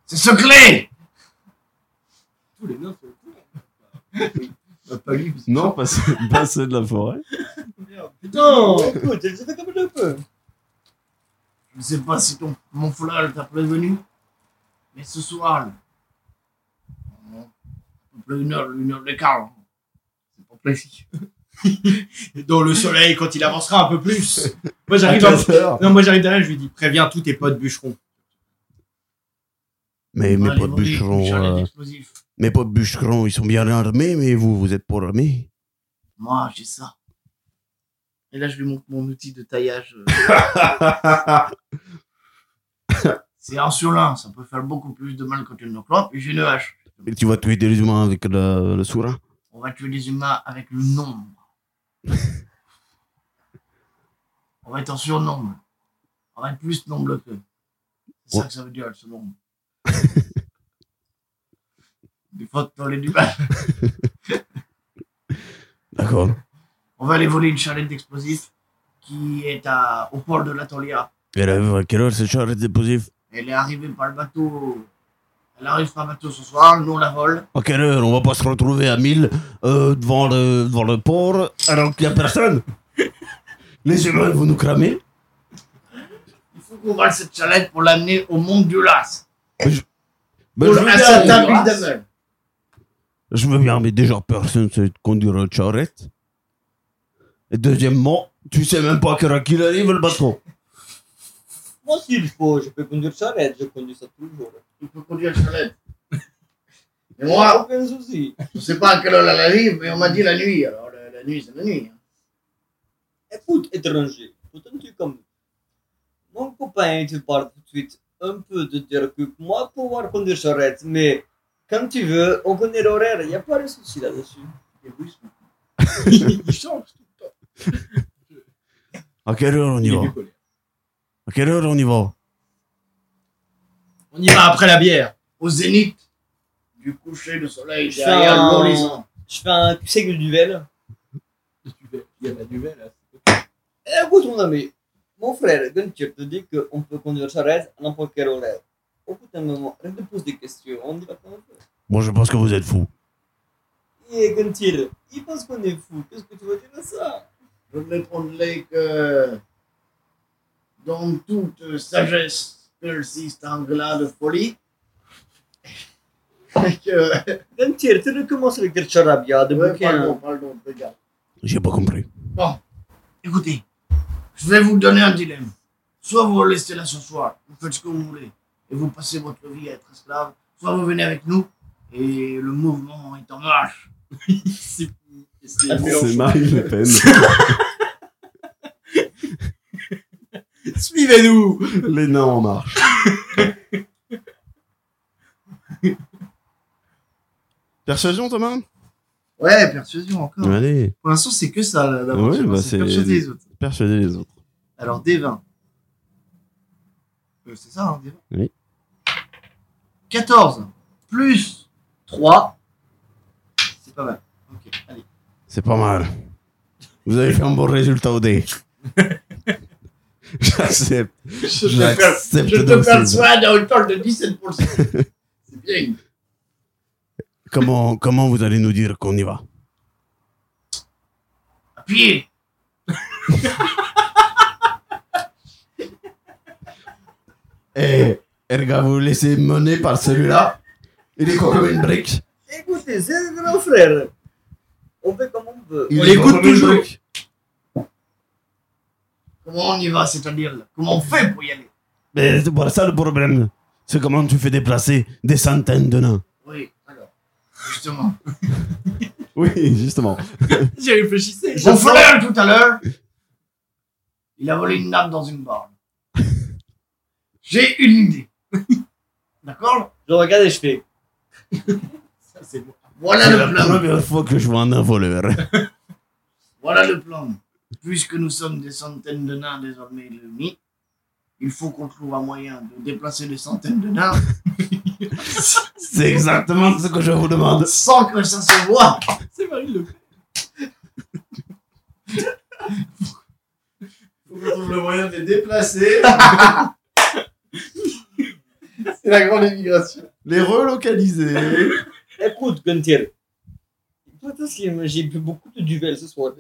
Speaker 2: C'est secret.
Speaker 16: Tous les neufs. euh,
Speaker 17: Pas lui, parce que-
Speaker 18: Non, passer, passer de la forêt.
Speaker 16: Putain
Speaker 1: Écoute, je fais comme je peux.
Speaker 2: Je ne sais pas si ton mon foulard t'a prévenu, mais ce soir, en à peu près une heure, une heure de quart, c'est pas précis.
Speaker 5: Dans le soleil, quand il avancera un peu plus. Moi, j'arrive en- Non, moi, j'arrive derrière, je lui dis, préviens tous tes potes bûcherons.
Speaker 3: Mais
Speaker 2: On va
Speaker 3: mes
Speaker 2: aller
Speaker 3: potes
Speaker 2: voler une
Speaker 3: bûcherons,
Speaker 2: charrette
Speaker 3: euh,
Speaker 2: d'explosifs.
Speaker 3: mes potes bûcherons, ils sont bien armés, mais vous, vous êtes pas armés.
Speaker 17: Moi, j'ai ça. Et là, je lui montre mon outil de taillage. euh,
Speaker 2: C'est insolent, ça peut faire beaucoup plus de mal quand tu ne le crois. Et J'ai une hache.
Speaker 3: Et tu vas tuer des humains avec le, le sourd. hein?
Speaker 2: On va tuer les humains avec le nombre. On va être en surnombre. On va être plus nombre que. C'est ça que ça veut dire, ce nombre. Des fois, dans les humains.
Speaker 3: D'accord.
Speaker 2: On va aller voler une charrette d'explosifs qui est à, au port de la Tolia.
Speaker 3: Elle arrive à quelle heure cette charrette d'explosifs
Speaker 2: Elle est arrivée par le bateau. Elle arrive par bateau ce soir, nous on la vole.
Speaker 3: À quelle heure On va pas se retrouver à 1000 euh, devant, le, devant le port alors qu'il y a personne. Les humains vont nous cramer.
Speaker 2: Il faut qu'on vole cette charrette pour l'amener au monde du Las.
Speaker 3: Ben,
Speaker 17: pour
Speaker 3: je,
Speaker 17: le-
Speaker 3: veux
Speaker 17: à
Speaker 3: bien,
Speaker 17: sa
Speaker 2: bien,
Speaker 17: table
Speaker 2: grâce.
Speaker 17: d'Amel.
Speaker 3: je veux bien, mais déjà personne sait conduire une charrette. Et deuxièmement, tu sais même pas à quelle heure qu'il arrive le bateau.
Speaker 1: Moi, s'il faut, je peux conduire charrette, je conduis ça toujours.
Speaker 17: Il peut conduire la charrette. Et moi,
Speaker 1: Aucun souci.
Speaker 17: je sais pas à quelle heure elle arrive, mais on m'a dit la nuit. Alors, la, la nuit, c'est la nuit. hein.
Speaker 1: Écoute, étranger, t'entends-tu comme mon copain, tu parles tout de suite un peu de dire que moi pouvoir conduire charrette, mais quand tu veux, on connaît l'horaire, il n'y a pas de souci là-dessus.
Speaker 17: Les Russes,
Speaker 16: Il change.
Speaker 3: À quelle heure on y
Speaker 16: Il est
Speaker 3: va
Speaker 16: décollé.
Speaker 3: À quelle heure on y va
Speaker 5: On y va après la bière.
Speaker 17: Au zénith du coucher de soleil
Speaker 1: Je
Speaker 17: derrière
Speaker 1: fais un-
Speaker 17: l'horizon.
Speaker 1: Je fais un, tu sais que le duel
Speaker 16: Il y a la hein, nouvelle, là.
Speaker 1: Eh, Écoute, mon ami, mon frère Gunther te dit qu'on peut conduire charrette à n'importe quel horaire. Écoute un moment, arrête de poser des questions, on dit pas comment faire.
Speaker 3: Moi, je pense que vous êtes fous.
Speaker 1: Et Gunther, Eh, il pense qu'on est fou, qu'est-ce que tu veux dire à ça
Speaker 17: Je ne répondrai que dans toute sagesse persiste un glas de folie. Et que...
Speaker 1: Gunther, tu recommences avec le charabia de
Speaker 2: hein.
Speaker 17: Ouais,
Speaker 1: bouquin.
Speaker 17: pardon, pardon, regarde.
Speaker 3: J'ai pas compris.
Speaker 2: Écoutez, je vais vous donner un dilemme. Soit vous restez là ce soir, vous faites ce que vous voulez, et vous passez votre vie à être esclave, soit vous venez avec nous, et le mouvement est en marche. Ah,
Speaker 18: C'est Marine Le Pen.
Speaker 5: Suivez-nous.
Speaker 18: Les nains en marche. Persuasion, Thomas
Speaker 17: Ouais, persuasion encore.
Speaker 3: Allez,
Speaker 17: Pour l'instant, c'est que ça, la- la
Speaker 18: Ouais,
Speaker 17: version,
Speaker 18: bah, c'est-
Speaker 17: c'est persuader les autres.
Speaker 18: persuader les autres.
Speaker 17: Alors, D20. Euh, c'est ça, hein, D20
Speaker 18: Oui.
Speaker 17: 14 plus 3. C'est pas mal. Ok, allez.
Speaker 3: c'est pas mal. Vous avez fait un bon résultat au dé. J'accepte.
Speaker 17: Je te, per-
Speaker 3: J'accepte
Speaker 17: je te
Speaker 3: donc ces-
Speaker 17: persuade à hauteur de 17%. c'est bien.
Speaker 3: Comment, comment vous allez nous dire qu'on y va
Speaker 2: À pied
Speaker 3: Eh, Erga, vous vous laissez mener par celui-là. Il est con comme une brique.
Speaker 1: Écoutez, c'est le grand frère. On fait comme on peut.
Speaker 3: Il
Speaker 5: On
Speaker 3: est con
Speaker 5: l'écoute
Speaker 3: comme une
Speaker 5: toujours.
Speaker 3: brique.
Speaker 2: Comment on y va, c'est-à-dire là Comment on fait pour y aller
Speaker 3: Mais c'est pour ça le problème. C'est comment tu fais déplacer des centaines de nains.
Speaker 2: Oui, alors, justement.
Speaker 18: Oui, justement.
Speaker 16: J'y réfléchissais.
Speaker 2: Mon frère, tout à l'heure, il a volé une nappe dans une borne. J'ai une idée. D'accord
Speaker 1: Je regarde et je fais.
Speaker 2: Voilà
Speaker 3: C'est la
Speaker 2: le plan.
Speaker 3: première fois que je vois un nain voleur.
Speaker 2: Voilà le plan. Puisque nous sommes des centaines de nains désormais réunis, il faut qu'on trouve un moyen de déplacer des centaines de nains
Speaker 3: C'est exactement ce que je vous demande.
Speaker 2: sans que ça se voit.
Speaker 16: C'est Marine Le Pen.
Speaker 17: Faut qu'on trouve le moyen de les déplacer.
Speaker 2: C'est la grande émigration.
Speaker 3: Les relocaliser.
Speaker 1: Écoute, Gunther, peut-être que j'ai bu beaucoup de duvel ce soir.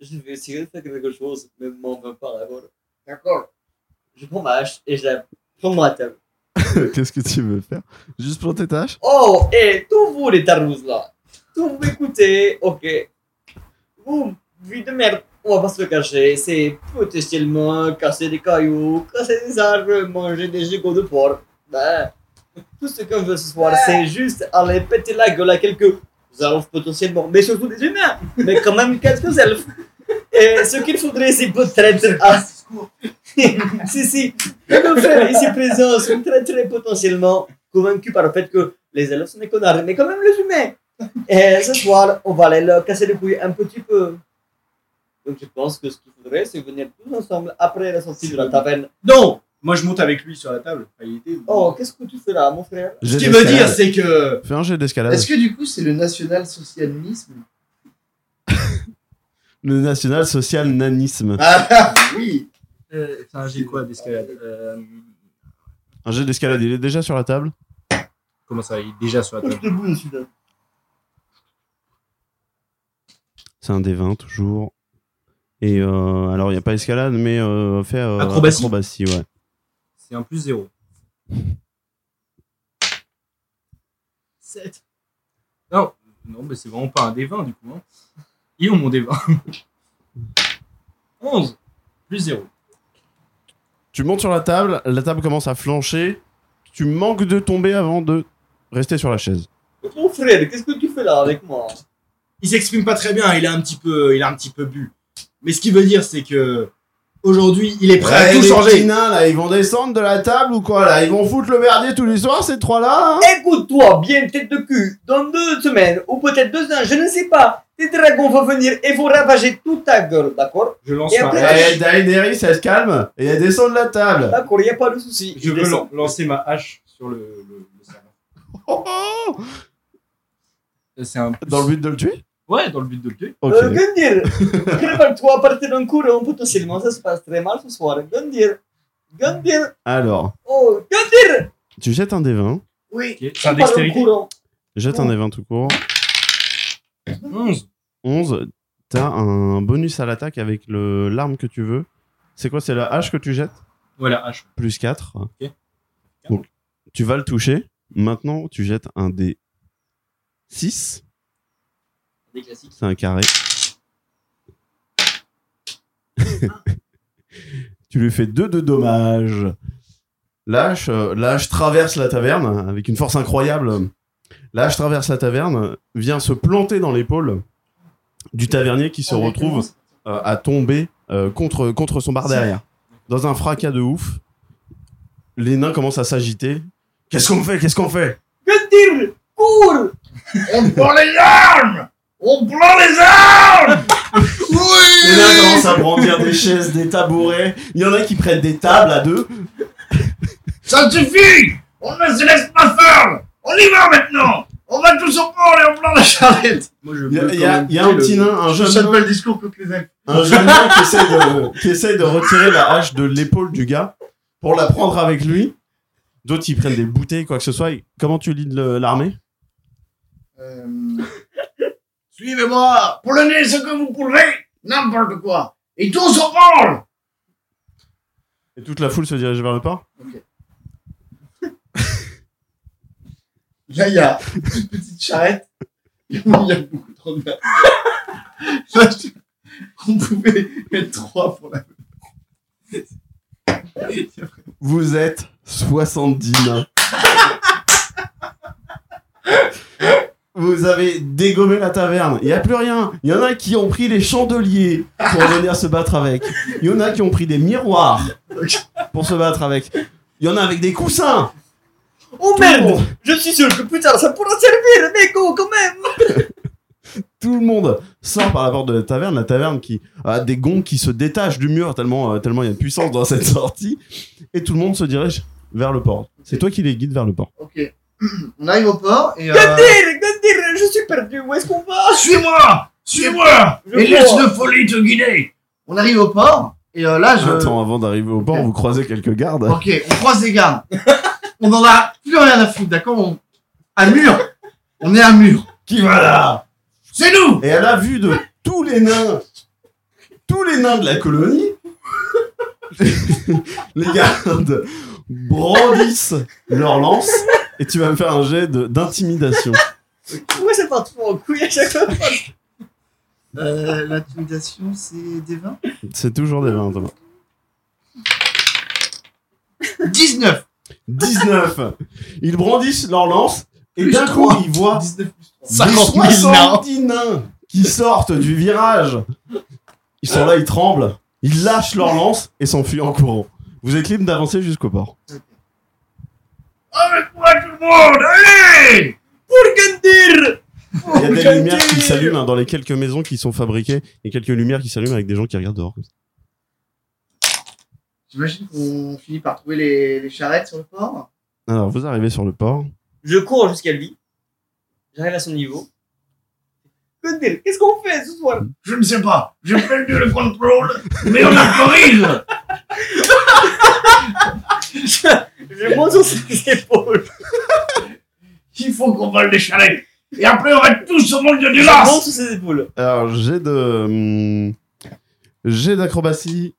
Speaker 1: Je vais essayer de faire quelque chose, mais m'en veux pas d'abord.
Speaker 2: D'accord.
Speaker 1: Je prends ma hache et je la prends dans la table.
Speaker 3: Qu'est-ce que tu veux faire Juste planter ta hache
Speaker 1: Oh, et tous vous les tarous là, tous vous m'écoutez, ok. Vous, vie de merde, on va pas se le cacher, c'est potentiellement casser des cailloux, casser des arbres, manger des gigots de porc. Ben, tout ce qu'on veut ce soir, c'est juste aller péter la gueule à quelques elfes potentiellement, mais surtout des humains, mais quand même quelques elfes. Et ce qu'il faudrait, c'est peut-être à si, si, e nos frères ici présents sont très, très potentiellement convaincus par le fait que les élèves sont des connards, mais quand même les humains. Et ce soir, on va aller leur casser les couilles un petit peu. Donc je pense que ce qu'il faudrait, c'est venir tous ensemble après la sortie de la taverne.
Speaker 5: Non Moi, je monte avec lui sur la table. Enfin, il était-
Speaker 1: Oh, qu'est-ce que tu fais là, mon frère
Speaker 5: Ce
Speaker 3: Jet
Speaker 5: qui veut dire,
Speaker 3: d'escalade.
Speaker 5: c'est que.
Speaker 3: Fais un jet d'escalade.
Speaker 2: Est-ce que du coup, c'est le national-socialisme
Speaker 3: Le national-social-nanisme.
Speaker 2: Ah oui
Speaker 13: Euh, Enfin, j'ai quoi d'escalade Euh,
Speaker 3: Un jet d'escalade, il est déjà sur la table
Speaker 13: Comment ça Il est déjà sur la table.
Speaker 1: debout, monsieur.
Speaker 3: C'est un des 20 toujours. Et euh, alors, il n'y a pas escalade, mais euh, fait euh,
Speaker 13: Acrobatie.
Speaker 3: ouais.
Speaker 13: C'est un plus zéro.
Speaker 1: 7.
Speaker 13: Non, non, mais c'est vraiment pas un D20 du coup. Hein. Ils ont mon D20. 11 plus 0.
Speaker 3: Tu montes sur la table, la table commence à flancher. Tu manques de tomber avant de rester sur la chaise.
Speaker 1: Mon frère, qu'est-ce que tu fais là avec moi
Speaker 5: Il s'exprime pas très bien, il a un petit peu, il a un petit peu bu. Mais ce qui veut dire, c'est que. Aujourd'hui, il est prêt à tout changer.
Speaker 3: là, ils vont descendre de la table ou quoi là Ils vont foutre le merdier tous les soirs, ces trois-là hein?
Speaker 1: Écoute-toi bien, tête de cul. Dans deux semaines, ou peut-être deux ans, je ne sais pas, tes dragons vont venir et vont ravager toute ta gueule, d'accord
Speaker 13: Je lance
Speaker 1: Et
Speaker 13: ma
Speaker 1: après-
Speaker 13: hache.
Speaker 3: Eh, Daenerys, elle se calme et elle descend de la table.
Speaker 1: D'accord, il n'y a pas de souci.
Speaker 13: Je veux
Speaker 1: descends.
Speaker 13: lan- lancer ma hache sur le, le, le serveur. Euh, C'est un. plus-
Speaker 3: Oh, Dans le but de le tuer
Speaker 13: Ouais, dans le but de le tuer.
Speaker 3: Ok.
Speaker 1: Euh, Gundir, prépare-toi à partir en courant potentiellement, ça se passe très mal ce soir. Gundir, Gundir,
Speaker 3: Alors,
Speaker 1: oh, Gundir,
Speaker 3: tu jettes un des 20.
Speaker 19: Oui.
Speaker 13: Ok, C'est un
Speaker 1: prépare en
Speaker 13: dextérité.
Speaker 1: courant.
Speaker 3: Jette un des 20 tout court.
Speaker 13: 11.
Speaker 3: 11. T'as un bonus à l'attaque avec le l'arme que tu veux. C'est quoi C'est la hache que tu jettes
Speaker 13: Voilà, hache.
Speaker 3: Plus 4. Donc, tu vas le toucher. Maintenant, tu jettes un des 6.
Speaker 1: Des classiques.
Speaker 3: C'est un carré. tu lui fais deux de dommages. Lâche, euh, lâche traverse la taverne avec une force incroyable. Lâche traverse la taverne, vient se planter dans l'épaule du tavernier qui
Speaker 1: Ah,
Speaker 3: se retrouve euh, à tomber euh, contre, contre son bar derrière. Dans un fracas de ouf, les nains commencent à s'agiter. Qu'est-ce qu'on fait Qu'est-ce qu'on fait
Speaker 1: Gundir, cours
Speaker 2: On prend les armes On prend les armes
Speaker 3: Les nains commencent à brandir des chaises, des tabourets. Il y en a qui prennent des tables à deux.
Speaker 2: Ça suffit On ne se laisse pas faire On y va maintenant On va tous en prendre et on prend la charrette
Speaker 5: Moi, je
Speaker 3: Il y
Speaker 5: veux
Speaker 3: a, il y a-
Speaker 5: quand
Speaker 3: il y a un
Speaker 5: même
Speaker 3: petit
Speaker 5: le-
Speaker 3: nain, un
Speaker 2: Je
Speaker 3: jeune
Speaker 2: sais
Speaker 3: nain,
Speaker 2: pas le discours que les elfes.
Speaker 3: un jeune nain qui, essaie de, qui essaie de retirer la hache de l'épaule du gars pour la prendre avec lui. D'autres, ils prennent des bouteilles, quoi que ce soit. Et Comment tu lis l'armée
Speaker 2: Euh, Suivez-moi Prenez ce que vous pourrez N'importe quoi Et tous en branle
Speaker 3: Et toute la foule se dirige vers le port
Speaker 2: Là, il y a une petite charrette. Et moi, il y a beaucoup trop de merde. Là, je- On pouvait mettre trois pour la
Speaker 3: Vous êtes 70 nains. Vous avez dégommé la taverne. Il n'y a plus rien. Il y en a qui ont pris les chandeliers pour venir se battre avec. Il y en a qui ont pris des miroirs pour se battre avec. Il y en a avec des coussins.
Speaker 1: Oh
Speaker 3: Tout le
Speaker 1: merde,
Speaker 3: monde-
Speaker 1: je suis sûr que plus tard ça pourra servir, mais go, quand même
Speaker 3: Euh. tout le monde sort par la porte de la taverne, la taverne qui a des gonds qui se détachent du mur tellement euh, tellement il y a de puissance dans cette sortie et tout le monde se dirige vers le port. C'est toi qui les guides vers le port.
Speaker 2: Ok. On arrive au port et. Euh...
Speaker 1: Gundir, Gundir, je suis perdu, où est-ce qu'on va
Speaker 2: Suis-moi Suis-moi
Speaker 1: Je
Speaker 2: Et
Speaker 1: cours.
Speaker 2: laisse le folie te guider On arrive au port Et euh, là, je.
Speaker 3: Attends, avant d'arriver au port, vous croisez quelques gardes.
Speaker 2: Ok, on croise des gardes. on en a plus rien à foutre, d'accord on... Un mur On est un mur.
Speaker 3: Qui va là
Speaker 2: C'est nous
Speaker 3: Et à la vue de tous les nains, tous les nains de la colonie, les gardes brandissent leur lance et tu vas me faire un jet de- d'intimidation.
Speaker 1: Pourquoi ça part trop en couille à chaque fois
Speaker 2: Euh, L'intimidation, c'est des 20
Speaker 3: C'est toujours des 20, Thomas.
Speaker 2: 19
Speaker 3: 19 Ils brandissent leur lance et d'un coup, ils voient
Speaker 2: 19 plus 3.
Speaker 3: 50 70 nains qui sortent du virage. Ils sont là, ils tremblent, ils lâchent leur lance et s'enfuient en courant. Vous êtes libre d'avancer jusqu'au port.
Speaker 19: Avec moi tout le monde, allez
Speaker 1: Oh,
Speaker 3: Il y a des lumières qui s'allument hein, dans les quelques maisons qui sont fabriquées et quelques lumières qui s'allument avec des gens qui regardent dehors.
Speaker 2: J'imagine qu'on finit par trouver les, les charrettes sur le port.
Speaker 3: Alors, vous arrivez sur le port.
Speaker 1: Je cours jusqu'à lui. J'arrive à son niveau. Que dire Qu'est-ce qu'on fait ce soir
Speaker 19: Je ne sais pas, j'ai perdu le contrôle, mais on autorise
Speaker 1: Je monte sur ses épaules.
Speaker 19: Il faut qu'on vole des charrettes. Et après, on va tous au monde de
Speaker 1: Je monte
Speaker 19: l'as
Speaker 1: sur ses épaules.
Speaker 3: Alors, j'ai de. hum, J'ai d'acrobatie.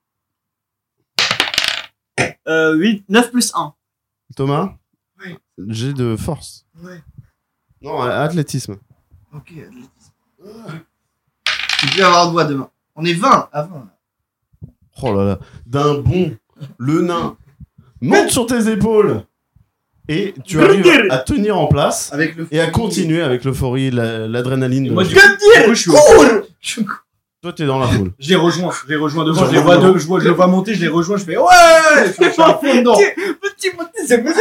Speaker 4: Euh, 8, 9 plus 1.
Speaker 3: Thomas J'ai de force.
Speaker 2: Ouais.
Speaker 3: Non, athlétisme.
Speaker 2: Ok, athlétisme. Je vais plus avoir de voix demain. On est 20 avant. Là.
Speaker 3: Oh là là. D'un bond, le nain monte sur tes épaules et tu arrives à tenir en place
Speaker 2: Avec le
Speaker 3: et à continuer avec l'euphorie, la- l'adrénaline. de
Speaker 5: Moi,
Speaker 3: la-
Speaker 5: du coup, du coup, je suis au fond.
Speaker 2: Je cours.
Speaker 3: Toi, t'es dans la foule.
Speaker 5: Je les rejoins, je les rejoins devant,
Speaker 3: Genre,
Speaker 5: je les vois,
Speaker 3: non.
Speaker 5: de- je, vois- je le vois monter, je les rejoins, je fais oh ouais, je suis à fond dedans.
Speaker 1: Petit petit, c'est moi,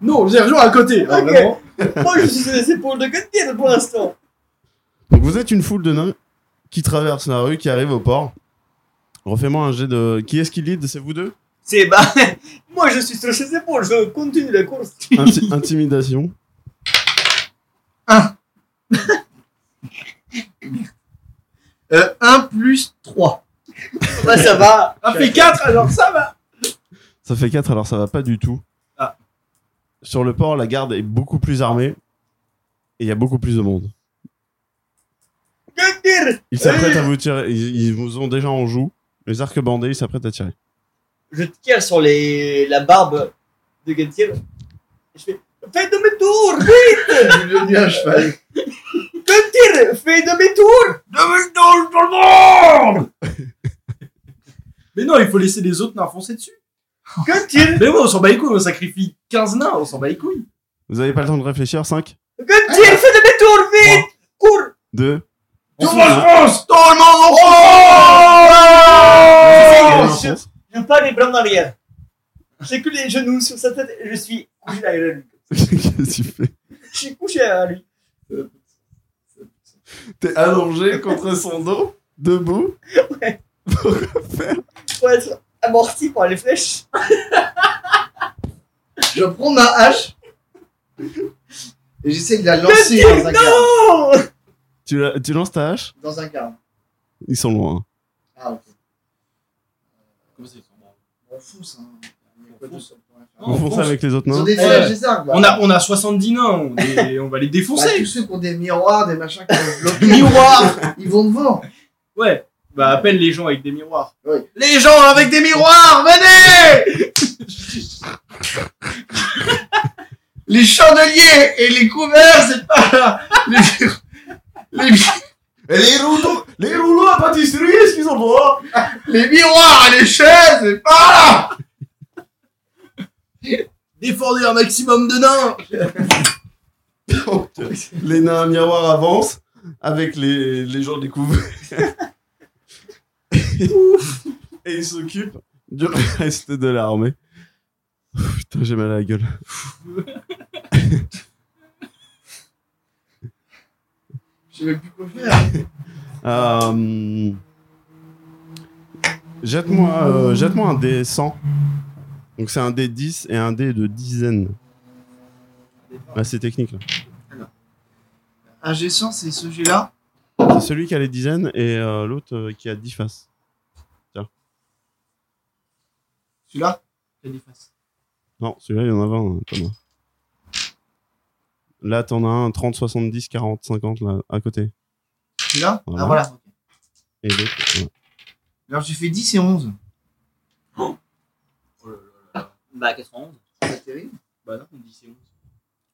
Speaker 5: Non, je les rejoins à côté. Ah,
Speaker 1: Ok.
Speaker 5: vraiment
Speaker 1: je suis sur les épaules de Gundir pour l'instant.
Speaker 3: Donc, vous êtes une foule de nains qui traverse la rue, qui arrive au port. Refais-moi un jet de. Qui est-ce qui lead C'est vous deux
Speaker 1: C'est bah. Moi je suis sur ses épaules, je continue la course.
Speaker 3: Inti- Intimidation.
Speaker 2: Euh, 1 plus 3.
Speaker 1: Bah ça va.
Speaker 5: Ah, fait 4, alors ça va.
Speaker 3: Ça fait 4, alors ça va pas du tout.
Speaker 5: Ah.
Speaker 3: Sur le port, la garde est beaucoup plus armée et il y a beaucoup plus de monde.
Speaker 1: Gundir
Speaker 3: Ils s'apprêtent à vous tirer, ils, ils vous ont déjà en joue. Les arcs bandés, ils s'apprêtent à tirer.
Speaker 1: Je tire sur les... la barbe de Gundir. Je fais. Fais demi-tour
Speaker 2: Je suis devenu un cheval.
Speaker 1: Gundir Fais demi-tour
Speaker 19: Demi-tour tout le monde
Speaker 5: Mais non, il faut laisser les autres nains foncer dessus.
Speaker 1: Gundir
Speaker 5: Mais ouais, on s'en bat les couilles, on sacrifie 15 nains, on s'en bat les couilles.
Speaker 3: Vous avez pas le temps de réfléchir 5,
Speaker 1: Gundir Fais demi-tour Vite Cours
Speaker 3: 2,
Speaker 19: Tout le
Speaker 3: fout,
Speaker 19: monde
Speaker 3: hein.
Speaker 19: France
Speaker 2: Tout le monde
Speaker 3: Oh,
Speaker 1: je, je pas les bras en arrière. J'ai que les genoux sur sa tête et je suis couché derrière lui.
Speaker 3: Qu'est-ce que tu fais
Speaker 1: Je suis couché derrière lui.
Speaker 3: T'es allongé contre son dos, debout.
Speaker 1: Pour être amorti par les flèches.
Speaker 2: Je prends ma hache. Et j'essaie de la lancer dans un garde.
Speaker 1: Oh
Speaker 3: Tu, la- tu lances ta hache
Speaker 2: Dans un garde.
Speaker 3: Ils sont loin. hein.
Speaker 2: Ah, ok.
Speaker 5: Comment ça, ils sont morts
Speaker 2: On fout ça. Il y a quoi de ça pour rien faire.
Speaker 5: Non,
Speaker 3: Vous
Speaker 5: on
Speaker 3: foncez
Speaker 5: fonce.
Speaker 3: avec les autres
Speaker 2: Ils ont
Speaker 3: nains
Speaker 2: des flèches, des arcs.
Speaker 5: On a, on a 70 nains, on, les- on va les
Speaker 2: Bah,
Speaker 5: défoncer.
Speaker 2: tous ceux qui ont des miroirs, des machins qui ont bloqué. miroirs Ils vont devant.
Speaker 5: Ouais, bah appelle les gens avec des miroirs.
Speaker 2: Les gens avec des miroirs, venez Les chandeliers et les couverts, c'est pas là. Les, les mi-
Speaker 3: Et les rouleaux, les rouleaux à pâtisserie, est-ce qu'ils hein. ont le droit
Speaker 2: les miroirs et les chaises, c'est pas là
Speaker 5: Défendez un maximum de nains.
Speaker 3: Les nains à miroir avancent avec les, les gens découverts. Et ils s'occupent du reste de l'armée. Ouf, Putain, j'ai mal à la gueule.
Speaker 2: Je sais plus quoi faire.
Speaker 3: Euh, Jette-moi euh, jette-moi un dé 100. Donc c'est un dé 10 et un dé de dizaine. Ah, c'est technique là.
Speaker 2: Un G100, c'est ce G là
Speaker 3: C'est celui qui a les dizaines et euh, l'autre euh, qui a dix faces.
Speaker 20: Celui-là Il a des faces.
Speaker 3: Non, celui-là, il y en a 20, Thomas. Là, t'en as un 30, 70, 40, 50, là, à côté.
Speaker 20: Celui-là
Speaker 3: Voilà.
Speaker 20: Ah voilà.
Speaker 3: Et l'autre, ouais.
Speaker 20: Alors j'ai fait 10 et 11.
Speaker 21: Bah, 91.
Speaker 20: C'est pas terrible.
Speaker 5: Bah non, on dit c'est 11.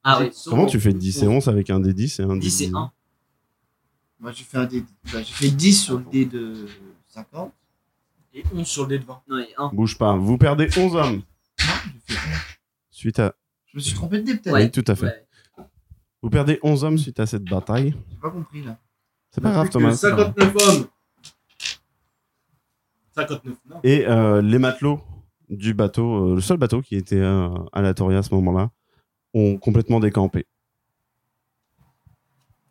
Speaker 21: Ah oui.
Speaker 3: Comment tu fais 10 et 11 avec un des 10 et un des
Speaker 21: 10 et 1.
Speaker 20: Moi j'ai fait un dé. Bah, j'ai fait 10 sur le dé de 50.
Speaker 5: Et 11 sur le dé de 20.
Speaker 21: Non, et 1.
Speaker 3: Bouge pas. Vous perdez 11 hommes.
Speaker 20: Non, j'ai fait 11.
Speaker 3: Suite à.
Speaker 20: Je me suis trompé de dé peut-être.
Speaker 21: Ouais.
Speaker 3: Oui, tout à fait.
Speaker 21: Ouais.
Speaker 3: Vous perdez 11 hommes suite à cette bataille.
Speaker 20: J'ai pas compris là.
Speaker 3: C'est pas grave,
Speaker 5: Plus que
Speaker 3: Thomas. c'est pas grave.
Speaker 5: 59 hommes. 59, non.
Speaker 3: Et euh, les matelots du bateau, euh, le seul bateau qui était euh, à la Toria à ce moment-là, ont complètement décampé.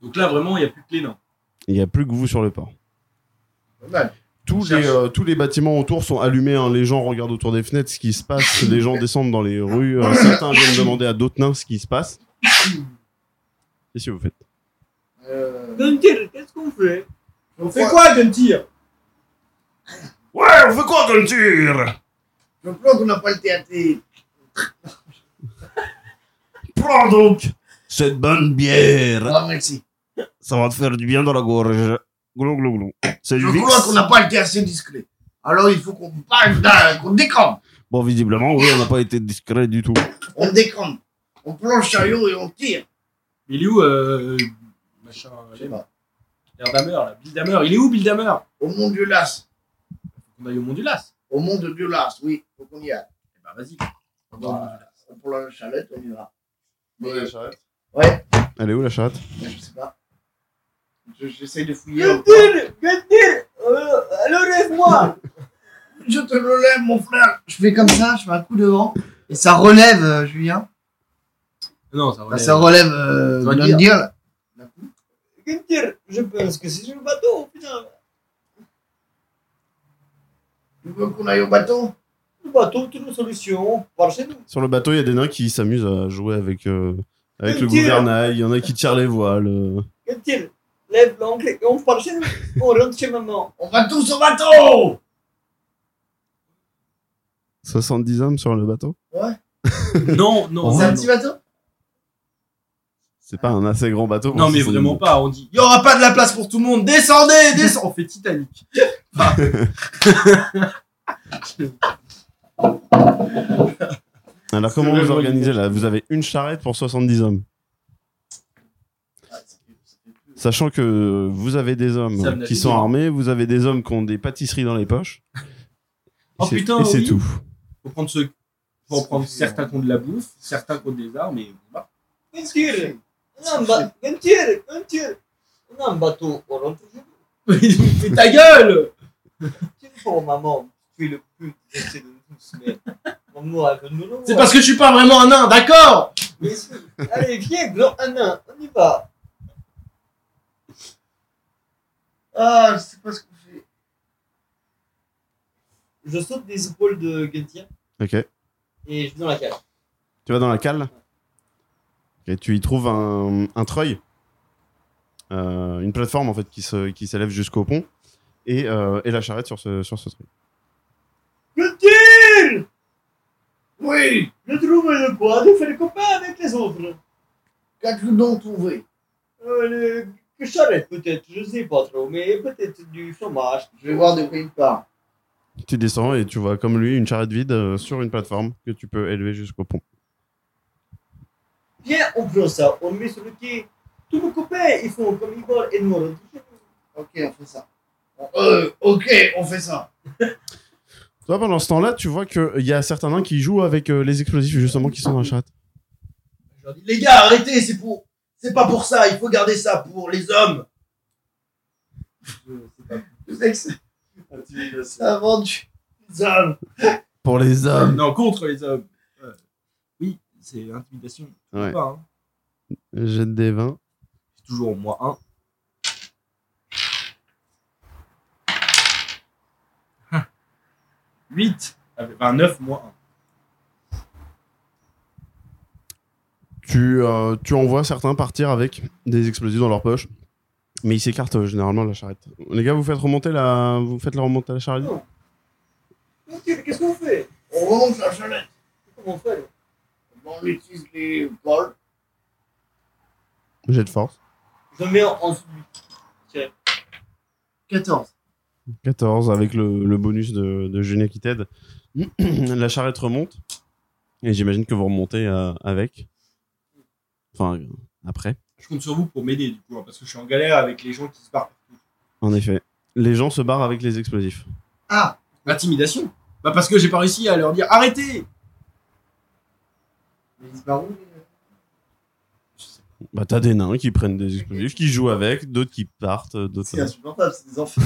Speaker 5: Donc là, vraiment, il n'y a plus que les nains.
Speaker 3: Il n'y a plus que vous sur le port.
Speaker 22: mal.
Speaker 3: Tous les, euh, tous les bâtiments autour sont allumés. hein. Les gens regardent autour des fenêtres ce qui se passe. les gens descendent dans les rues. euh, certains viennent demander à d'autres nains ce qui se passe. Qu'est-ce que vous faites
Speaker 20: Euh...
Speaker 1: Gunter, qu'est-ce qu'on fait
Speaker 22: On fait
Speaker 5: Fais
Speaker 22: quoi
Speaker 5: quoi, Guntyr
Speaker 23: Ouais, on fait quoi, Guntyr
Speaker 20: Je crois qu'on n'a pas le théâtre.
Speaker 23: Prends donc cette bonne bière.
Speaker 2: Ah,
Speaker 20: Non merci.
Speaker 23: Ça va te faire du bien dans la gorge. Glou, glou, glou. C'est du
Speaker 2: Je
Speaker 23: vix.
Speaker 2: crois qu'on n'a pas été assez discret. Alors il faut qu'on parle, d'un- qu'on décampe.
Speaker 23: Bon, visiblement, oui, on n'a pas été discret du tout.
Speaker 2: On décampe. On prend le chariot et on tire.
Speaker 5: Mais il est où, euh, machin,
Speaker 20: Je sais pas.
Speaker 5: l'air Damer, là Bill Damer, il est où, Bill Damer
Speaker 2: Au monde du Las.
Speaker 5: On aille au Mondulas.
Speaker 2: Au monde du Las, oui. Faut qu'on y aille.
Speaker 5: Eh ben, vas-y.
Speaker 2: On va- on prend la chalette, on y va. Mais
Speaker 3: Elle est où la charrette
Speaker 20: Mais Je sais pas. Je- J'essaye de fouiller.
Speaker 1: Gunter, Gunter, euh, alors lève-moi
Speaker 20: Je te le lève, mon frère. Je fais comme ça, je fais un coup devant. Et ça relève, euh, Julien.
Speaker 5: Non, ça va.
Speaker 20: Enfin, ça relève, euh,
Speaker 5: Ça va
Speaker 20: John
Speaker 5: dire.
Speaker 20: Deere, là.
Speaker 1: Gunter, je pense que c'est sur le bateau, putain.
Speaker 2: tu veux qu'on aille au bateau
Speaker 1: Le bateau, trouve une solution, par chez nous.
Speaker 3: Sur le bateau, il y a des nains qui s'amusent à jouer avec, euh, avec le
Speaker 1: Dieu.
Speaker 3: gouvernail. Il y en a qui tirent les voiles. euh.
Speaker 1: Gunter, lève l'encre et on part chez nous. on rentre chez maman.
Speaker 2: On va tous au bateau
Speaker 3: 70 hommes sur le bateau
Speaker 5: Non, non,
Speaker 20: C'est un
Speaker 5: non.
Speaker 20: petit bateau
Speaker 3: C'est pas un assez grand bateau.
Speaker 5: Non,
Speaker 3: pour
Speaker 5: mais
Speaker 3: 70.
Speaker 5: vraiment pas. On dit, il y aura pas de la place pour tout le monde. Descendez, descendez. On fait Titanic.
Speaker 3: Alors, comment
Speaker 5: C'est
Speaker 3: vous
Speaker 5: vraiment
Speaker 3: organisez là Vous avez une charrette pour 70 hommes. Sachant que vous avez des
Speaker 5: Ça
Speaker 3: hommes
Speaker 5: me l'a
Speaker 3: qui
Speaker 5: dit,
Speaker 3: sont
Speaker 5: hein.
Speaker 3: armés, vous avez des hommes qui ont des pâtisseries dans les poches.
Speaker 5: Oh,
Speaker 3: Et c'est-
Speaker 5: putain,
Speaker 3: Et c'est
Speaker 5: oui.
Speaker 3: tout.
Speaker 5: Faut prendre ceux, faut prendre certains qui ont de la bouffe, certains qui ont des armes et voilà.
Speaker 1: Gunter, on a un bateau. Gunter, Gunter, on a un bateau, on rentre chez nous.
Speaker 5: Fais ta gueule.
Speaker 1: Tu le pour maman, tu es le plus détesté de nous tous, mais maman, elle veut nous le voir.
Speaker 5: C'est parce que je suis pas vraiment un nain, d'accord
Speaker 1: Bien sûr. Allez, viens, grand Anna, on y va.
Speaker 2: Ah, je sais pas ce qu'on fait.
Speaker 1: Je saute des épaules de Gunter
Speaker 3: Ok.
Speaker 1: et je vais dans la cage.
Speaker 3: Tu vas dans la cale et tu y trouves un, un treuil, Euh, une plateforme en fait qui se- qui s'élève jusqu'au pont et, euh, et la charrette sur ce, sur ce treuil.
Speaker 1: Gunter
Speaker 2: Oui
Speaker 1: Je trouve le quoi de faire copain avec les autres.
Speaker 2: Qu'as-tu donc trouvé
Speaker 1: Euh, le que charrette peut-être, je sais pas trop, mais peut-être du chômage.
Speaker 2: Je vais voir de quoi il parle.
Speaker 3: Tu descends et tu vois comme lui une charrette vide euh, sur une plateforme que tu peux élever jusqu'au pont.
Speaker 1: Viens, on prend ça, on met sur le quai. Tous nos copains, ils font comme ils veulent et nous on rentre chez nous.
Speaker 2: Ok, on fait ça. On- euh, ok, on fait ça.
Speaker 3: Toi, pendant ce temps-là, tu vois qu'il y a certains nains qui jouent avec euh, les explosifs justement qui sont dans la charrette.
Speaker 2: Je leur dis, les gars, arrêtez, c'est pour... C'est pas pour ça, il faut garder ça pour les hommes.
Speaker 20: Je sais que c'est- ça a vendu.
Speaker 2: Les hommes.
Speaker 3: Pour les hommes.
Speaker 5: Non, contre les hommes. Euh, oui, c'est intimidation. Je sais
Speaker 3: Ouais.
Speaker 5: pas, hein.
Speaker 3: Jette des 20.
Speaker 5: C'est toujours hein. au moins un. Ah. 8 avec 29 moins
Speaker 3: Tu, euh, tu en vois certains partir avec des explosifs dans leur poche. Mais il s'écarte euh, généralement de la charrette. Les gars, vous faites remonter la, vous faites la remonter à la charrette
Speaker 1: Mon Dieu, mais qu'est-ce qu'on fait
Speaker 2: On remonte la chalette.
Speaker 1: Comment on fait
Speaker 2: On utilise les cordes.
Speaker 3: J'ai de force.
Speaker 1: Je le mets en, en dessous de lui.
Speaker 24: 14.
Speaker 3: 14 avec le, le bonus de, de Julien qui t'aide. la charrette remonte. Et j'imagine que vous remontez euh, avec. Enfin, euh, après.
Speaker 5: Je compte sur vous pour m'aider, du coup, hein, parce que je suis en galère avec les gens qui se barrent.
Speaker 3: En effet. Les gens se barrent avec les explosifs.
Speaker 5: Ah Intimidation Bah, parce que j'ai pas réussi à leur dire arrêtez
Speaker 24: Mais ils se barrent où, les-
Speaker 3: Bah, t'as des nains qui prennent des explosifs, qui jouent avec, d'autres qui partent, euh, d'autres.
Speaker 24: C'est insupportable, c'est des enfants.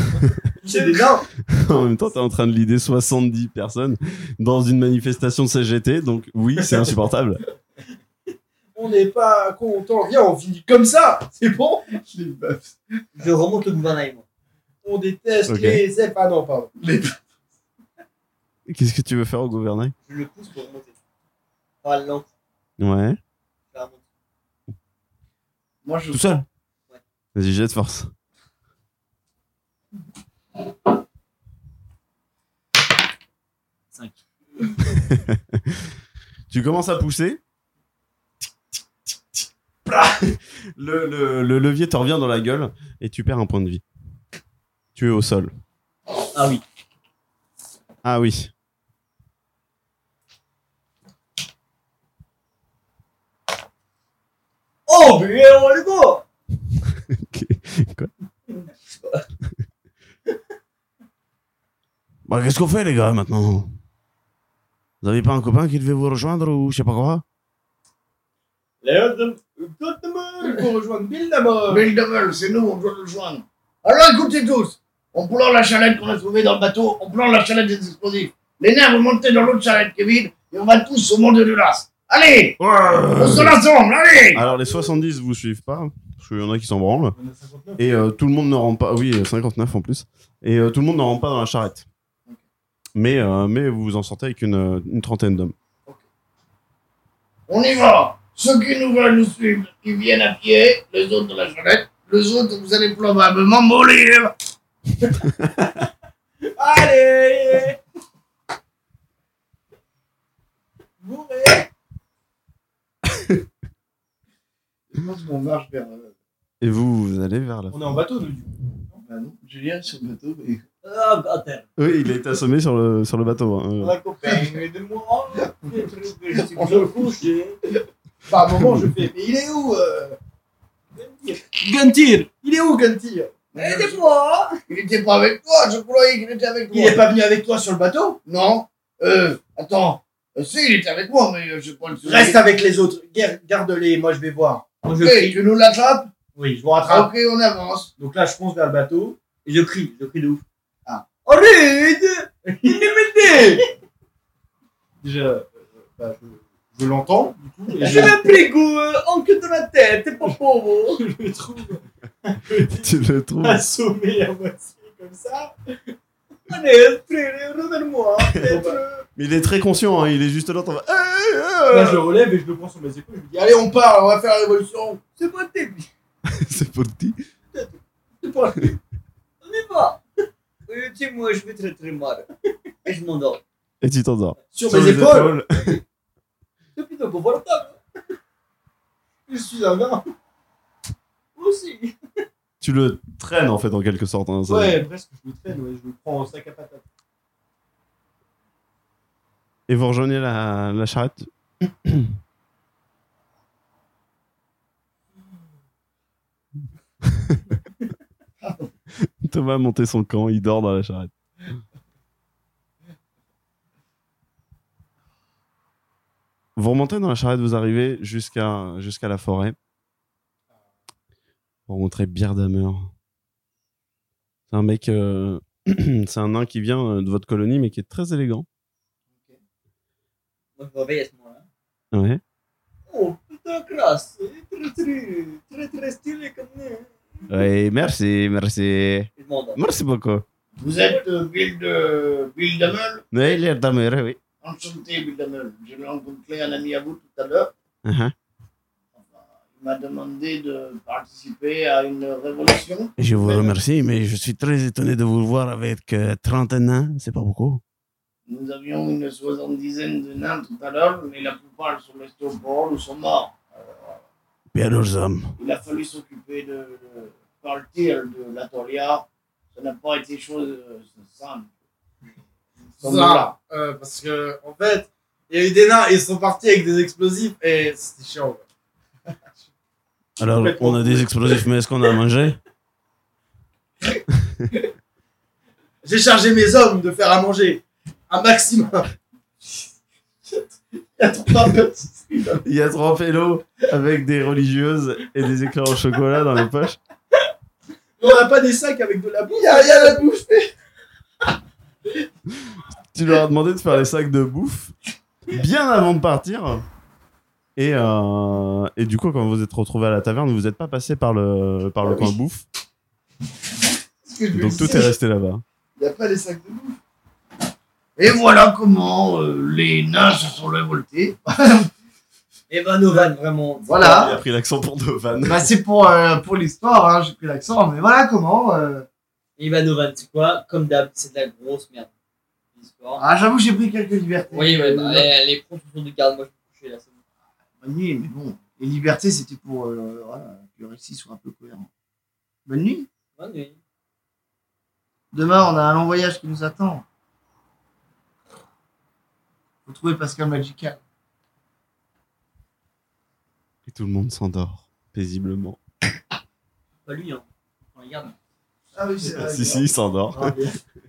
Speaker 24: c'est des nains.
Speaker 3: En même temps, t'es en train de lider 70 personnes dans une manifestation de CGT, donc oui, c'est insupportable.
Speaker 5: On n'est pas content, viens, on finit comme ça C'est bon Je les baffe.
Speaker 1: Je remonte le gouvernail, moi.
Speaker 5: On déteste
Speaker 3: Ok.
Speaker 5: les elfes. Ah non, pardon.
Speaker 3: Qu'est-ce que tu veux faire au gouvernail
Speaker 1: Je le pousse pour remonter. Ah, lente,
Speaker 3: Ouais.
Speaker 1: je la remonte.
Speaker 24: Moi, je.
Speaker 3: Tout seul
Speaker 1: Ouais.
Speaker 3: Vas-y, jette force.
Speaker 25: Cinq.
Speaker 3: tu commences à pousser. Plah Le, le- le levier te revient dans la gueule et tu perds un point de vie. Tu es au sol.
Speaker 25: Ah oui.
Speaker 3: Ah oui.
Speaker 1: Oh, mais on le go
Speaker 26: Bah, qu'est-ce qu'on fait, les gars, maintenant Vous avez pas un copain qui devait vous rejoindre ou je sais pas quoi
Speaker 5: Léon de Tottenham pour rejoindre Bill d'abord
Speaker 2: Bill Double, c'est nous, on doit le joindre. Alors écoutez tous, on prend la chalette qu'on a trouvée dans le bateau, on prend la chalette des explosifs. Les nains, vous montez dans l'autre chalette qui est vide, et on va tous au monde de l'as. Allez, on se rassemble, allez
Speaker 3: Alors les 70 vous suivent pas, parce qu'il y en a qui s'en branlent. Et euh, tout le monde ne rentre pas. Oui, euh, 59 en plus. Et euh, tout le monde ne rentre pas dans la charrette. Mais, euh, mais vous vous en sortez avec une, euh, une trentaine d'hommes.
Speaker 2: On y va Ceux qui nous veulent nous suivent, ils viennent à pied, les autres de la chalette, les autres, vous allez probablement mourir
Speaker 1: Allez Bourré
Speaker 24: Je pense qu'on marche vers. euh,
Speaker 3: Et vous, vous allez vers la.
Speaker 5: On est en bateau, nous, du coup.
Speaker 24: Bah
Speaker 2: Ben,
Speaker 24: non, Julien est sur le bateau, mais.
Speaker 1: Ah, bâtard
Speaker 3: Oui, il a été assommé sur le, sur le bateau. hein. Euh,
Speaker 1: La copaine, de moi Des trucs que je suis bien couché.
Speaker 5: Par moment, je fais Mais il est où euh,
Speaker 25: Guntir
Speaker 5: Il est où, Gunty
Speaker 1: Aidez-moi
Speaker 2: Il était pas avec toi, je croyais qu'il était avec
Speaker 5: Il
Speaker 2: moi.
Speaker 5: est pas venu avec toi sur le bateau
Speaker 2: Non Euh, attends, Euh, si, il était avec moi, mais euh, je crois que...
Speaker 5: Reste avec les autres, Gar- garde-les, moi je vais voir.
Speaker 1: Moi, je
Speaker 2: Ok,
Speaker 1: crie,
Speaker 2: tu nous l'attrapes
Speaker 5: Oui, je vous rattrape.
Speaker 2: Ok, on avance.
Speaker 5: Donc là, je fonce vers le bateau.
Speaker 1: je crie, je crie de ouf. Ah.
Speaker 5: Arrête Il est m'aider Déjà, euh, bah, je, je l'entends, du coup, et je,
Speaker 1: Je l'ai pris goût euh, en queue de la tête, pas pauvre
Speaker 5: je le trouve
Speaker 3: tu le trouves.
Speaker 5: assommé à moitié comme ça.
Speaker 1: Allez, frère, reviens-moi
Speaker 3: Mais il est très conscient, hein, il est juste là. t'en vas, Hey, hey
Speaker 5: bah,
Speaker 1: euh,
Speaker 5: Là, je le relève et je le prends sur mes épaules. Je lui dis Allez, on part, on va faire la révolution.
Speaker 1: C'est pas terrible
Speaker 3: C'est pour le petit.
Speaker 1: On y va Euh, Tu sais, moi, je vais très très mal. Et je m'endors.
Speaker 3: Et tu t'endors.
Speaker 5: Sur,
Speaker 3: Sur
Speaker 5: mes
Speaker 3: les
Speaker 5: épaules,
Speaker 3: épaules.
Speaker 1: C'est plutôt confortable.
Speaker 5: Je suis un nain.
Speaker 1: Aussi.
Speaker 3: Tu le traînes en fait en quelque sorte. hein, ça.
Speaker 5: Ouais, presque, je me traîne, ouais, je le prends en sac à patates.
Speaker 3: Et vous rejoignez la, la charrette. Thomas a monté son camp, il dort dans la charrette. Vous remontez dans la charrette, vous arrivez jusqu'à jusqu'à la forêt. Vous rencontrez Bierdammer. C'est un mec, euh, c'est un nain qui vient euh, de votre colonie, mais qui est très élégant.
Speaker 1: Moi, je me réveille à ce moment-là.
Speaker 3: Ouais.
Speaker 1: Oh, putain, classe. Très très, très très stylé comme nez.
Speaker 3: Oui, merci, merci.
Speaker 1: Je m'endors.
Speaker 3: Merci beaucoup.
Speaker 2: Vous êtes euh, Bill de Bill Dummel
Speaker 3: Oui, l'air d'amour, oui.
Speaker 2: Enchanté, Bill Dummel. J'ai rencontré un ami à vous tout à l'heure.
Speaker 3: Uh-huh.
Speaker 2: Enfin, il m'a demandé de participer à une révolution.
Speaker 27: Je vous remercie, mais je suis très étonné de vous voir avec euh, 30 nains, c'est pas beaucoup.
Speaker 2: Nous avions une soixante-dizaine de nains tout à l'heure, mais la plupart sont restés au port ou sont morts. Alors,
Speaker 27: Pierre hommes.
Speaker 2: il a fallu s'occuper de, de partir de la Toria. Ça n'a pas été chose euh, simple.
Speaker 28: Ça, euh, parce que, en fait, il y a eu des nains, ils sont partis avec des explosifs et c'était chiant. quoi.
Speaker 27: Alors, on a des explosifs, mais est-ce qu'on a à manger
Speaker 28: J'ai chargé mes hommes de faire à manger un maximum. Il y a trois petits.
Speaker 3: Il y a trois pélos avec des religieuses et des éclairs au chocolat dans les poches.
Speaker 28: On n'a pas des sacs avec de la bouffe. Il y a, il y a la bouffe.
Speaker 3: Tu leur as demandé de faire les sacs de bouffe bien avant de partir. Et, euh, et du coup, quand vous êtes retrouvés à la taverne, vous n'êtes pas passé par le, par le coin bouffe.
Speaker 5: Qu'est-ce que je veux
Speaker 3: Donc tout
Speaker 5: dire
Speaker 3: est resté là-bas.
Speaker 5: Il n'y a pas les sacs de bouffe.
Speaker 2: Et voilà comment euh, les nains se sont révoltés.
Speaker 1: Et ben, Novan, vraiment.
Speaker 5: Voilà.
Speaker 3: Il a pris l'accent pour Dovan.
Speaker 5: Bah, c'est pour, euh, pour l'histoire, hein, j'ai pris l'accent, mais voilà comment. euh,
Speaker 1: Et ben, Novan, c'est quoi Comme d'hab, c'est de la grosse merde. L'histoire.
Speaker 5: Ah, j'avoue, j'ai pris quelques libertés.
Speaker 1: oui, ouais, bah,
Speaker 5: Euh,
Speaker 1: les, les pros sont de garde, moi je vais me coucher là, c'est bon.
Speaker 5: Bonne nuit, mais bon. Les libertés, c'était pour euh, voilà, que le récit soit un peu cohérent. Bonne nuit.
Speaker 1: Bonne nuit.
Speaker 5: Demain, on a un long voyage qui nous attend. Faut trouver Pascal Magical.
Speaker 3: Et tout le monde s'endort paisiblement.
Speaker 1: Pas lui, hein. On regarde.
Speaker 5: Ah oui, c'est vrai.
Speaker 3: si, si, il s'endort.
Speaker 5: Ah, bien.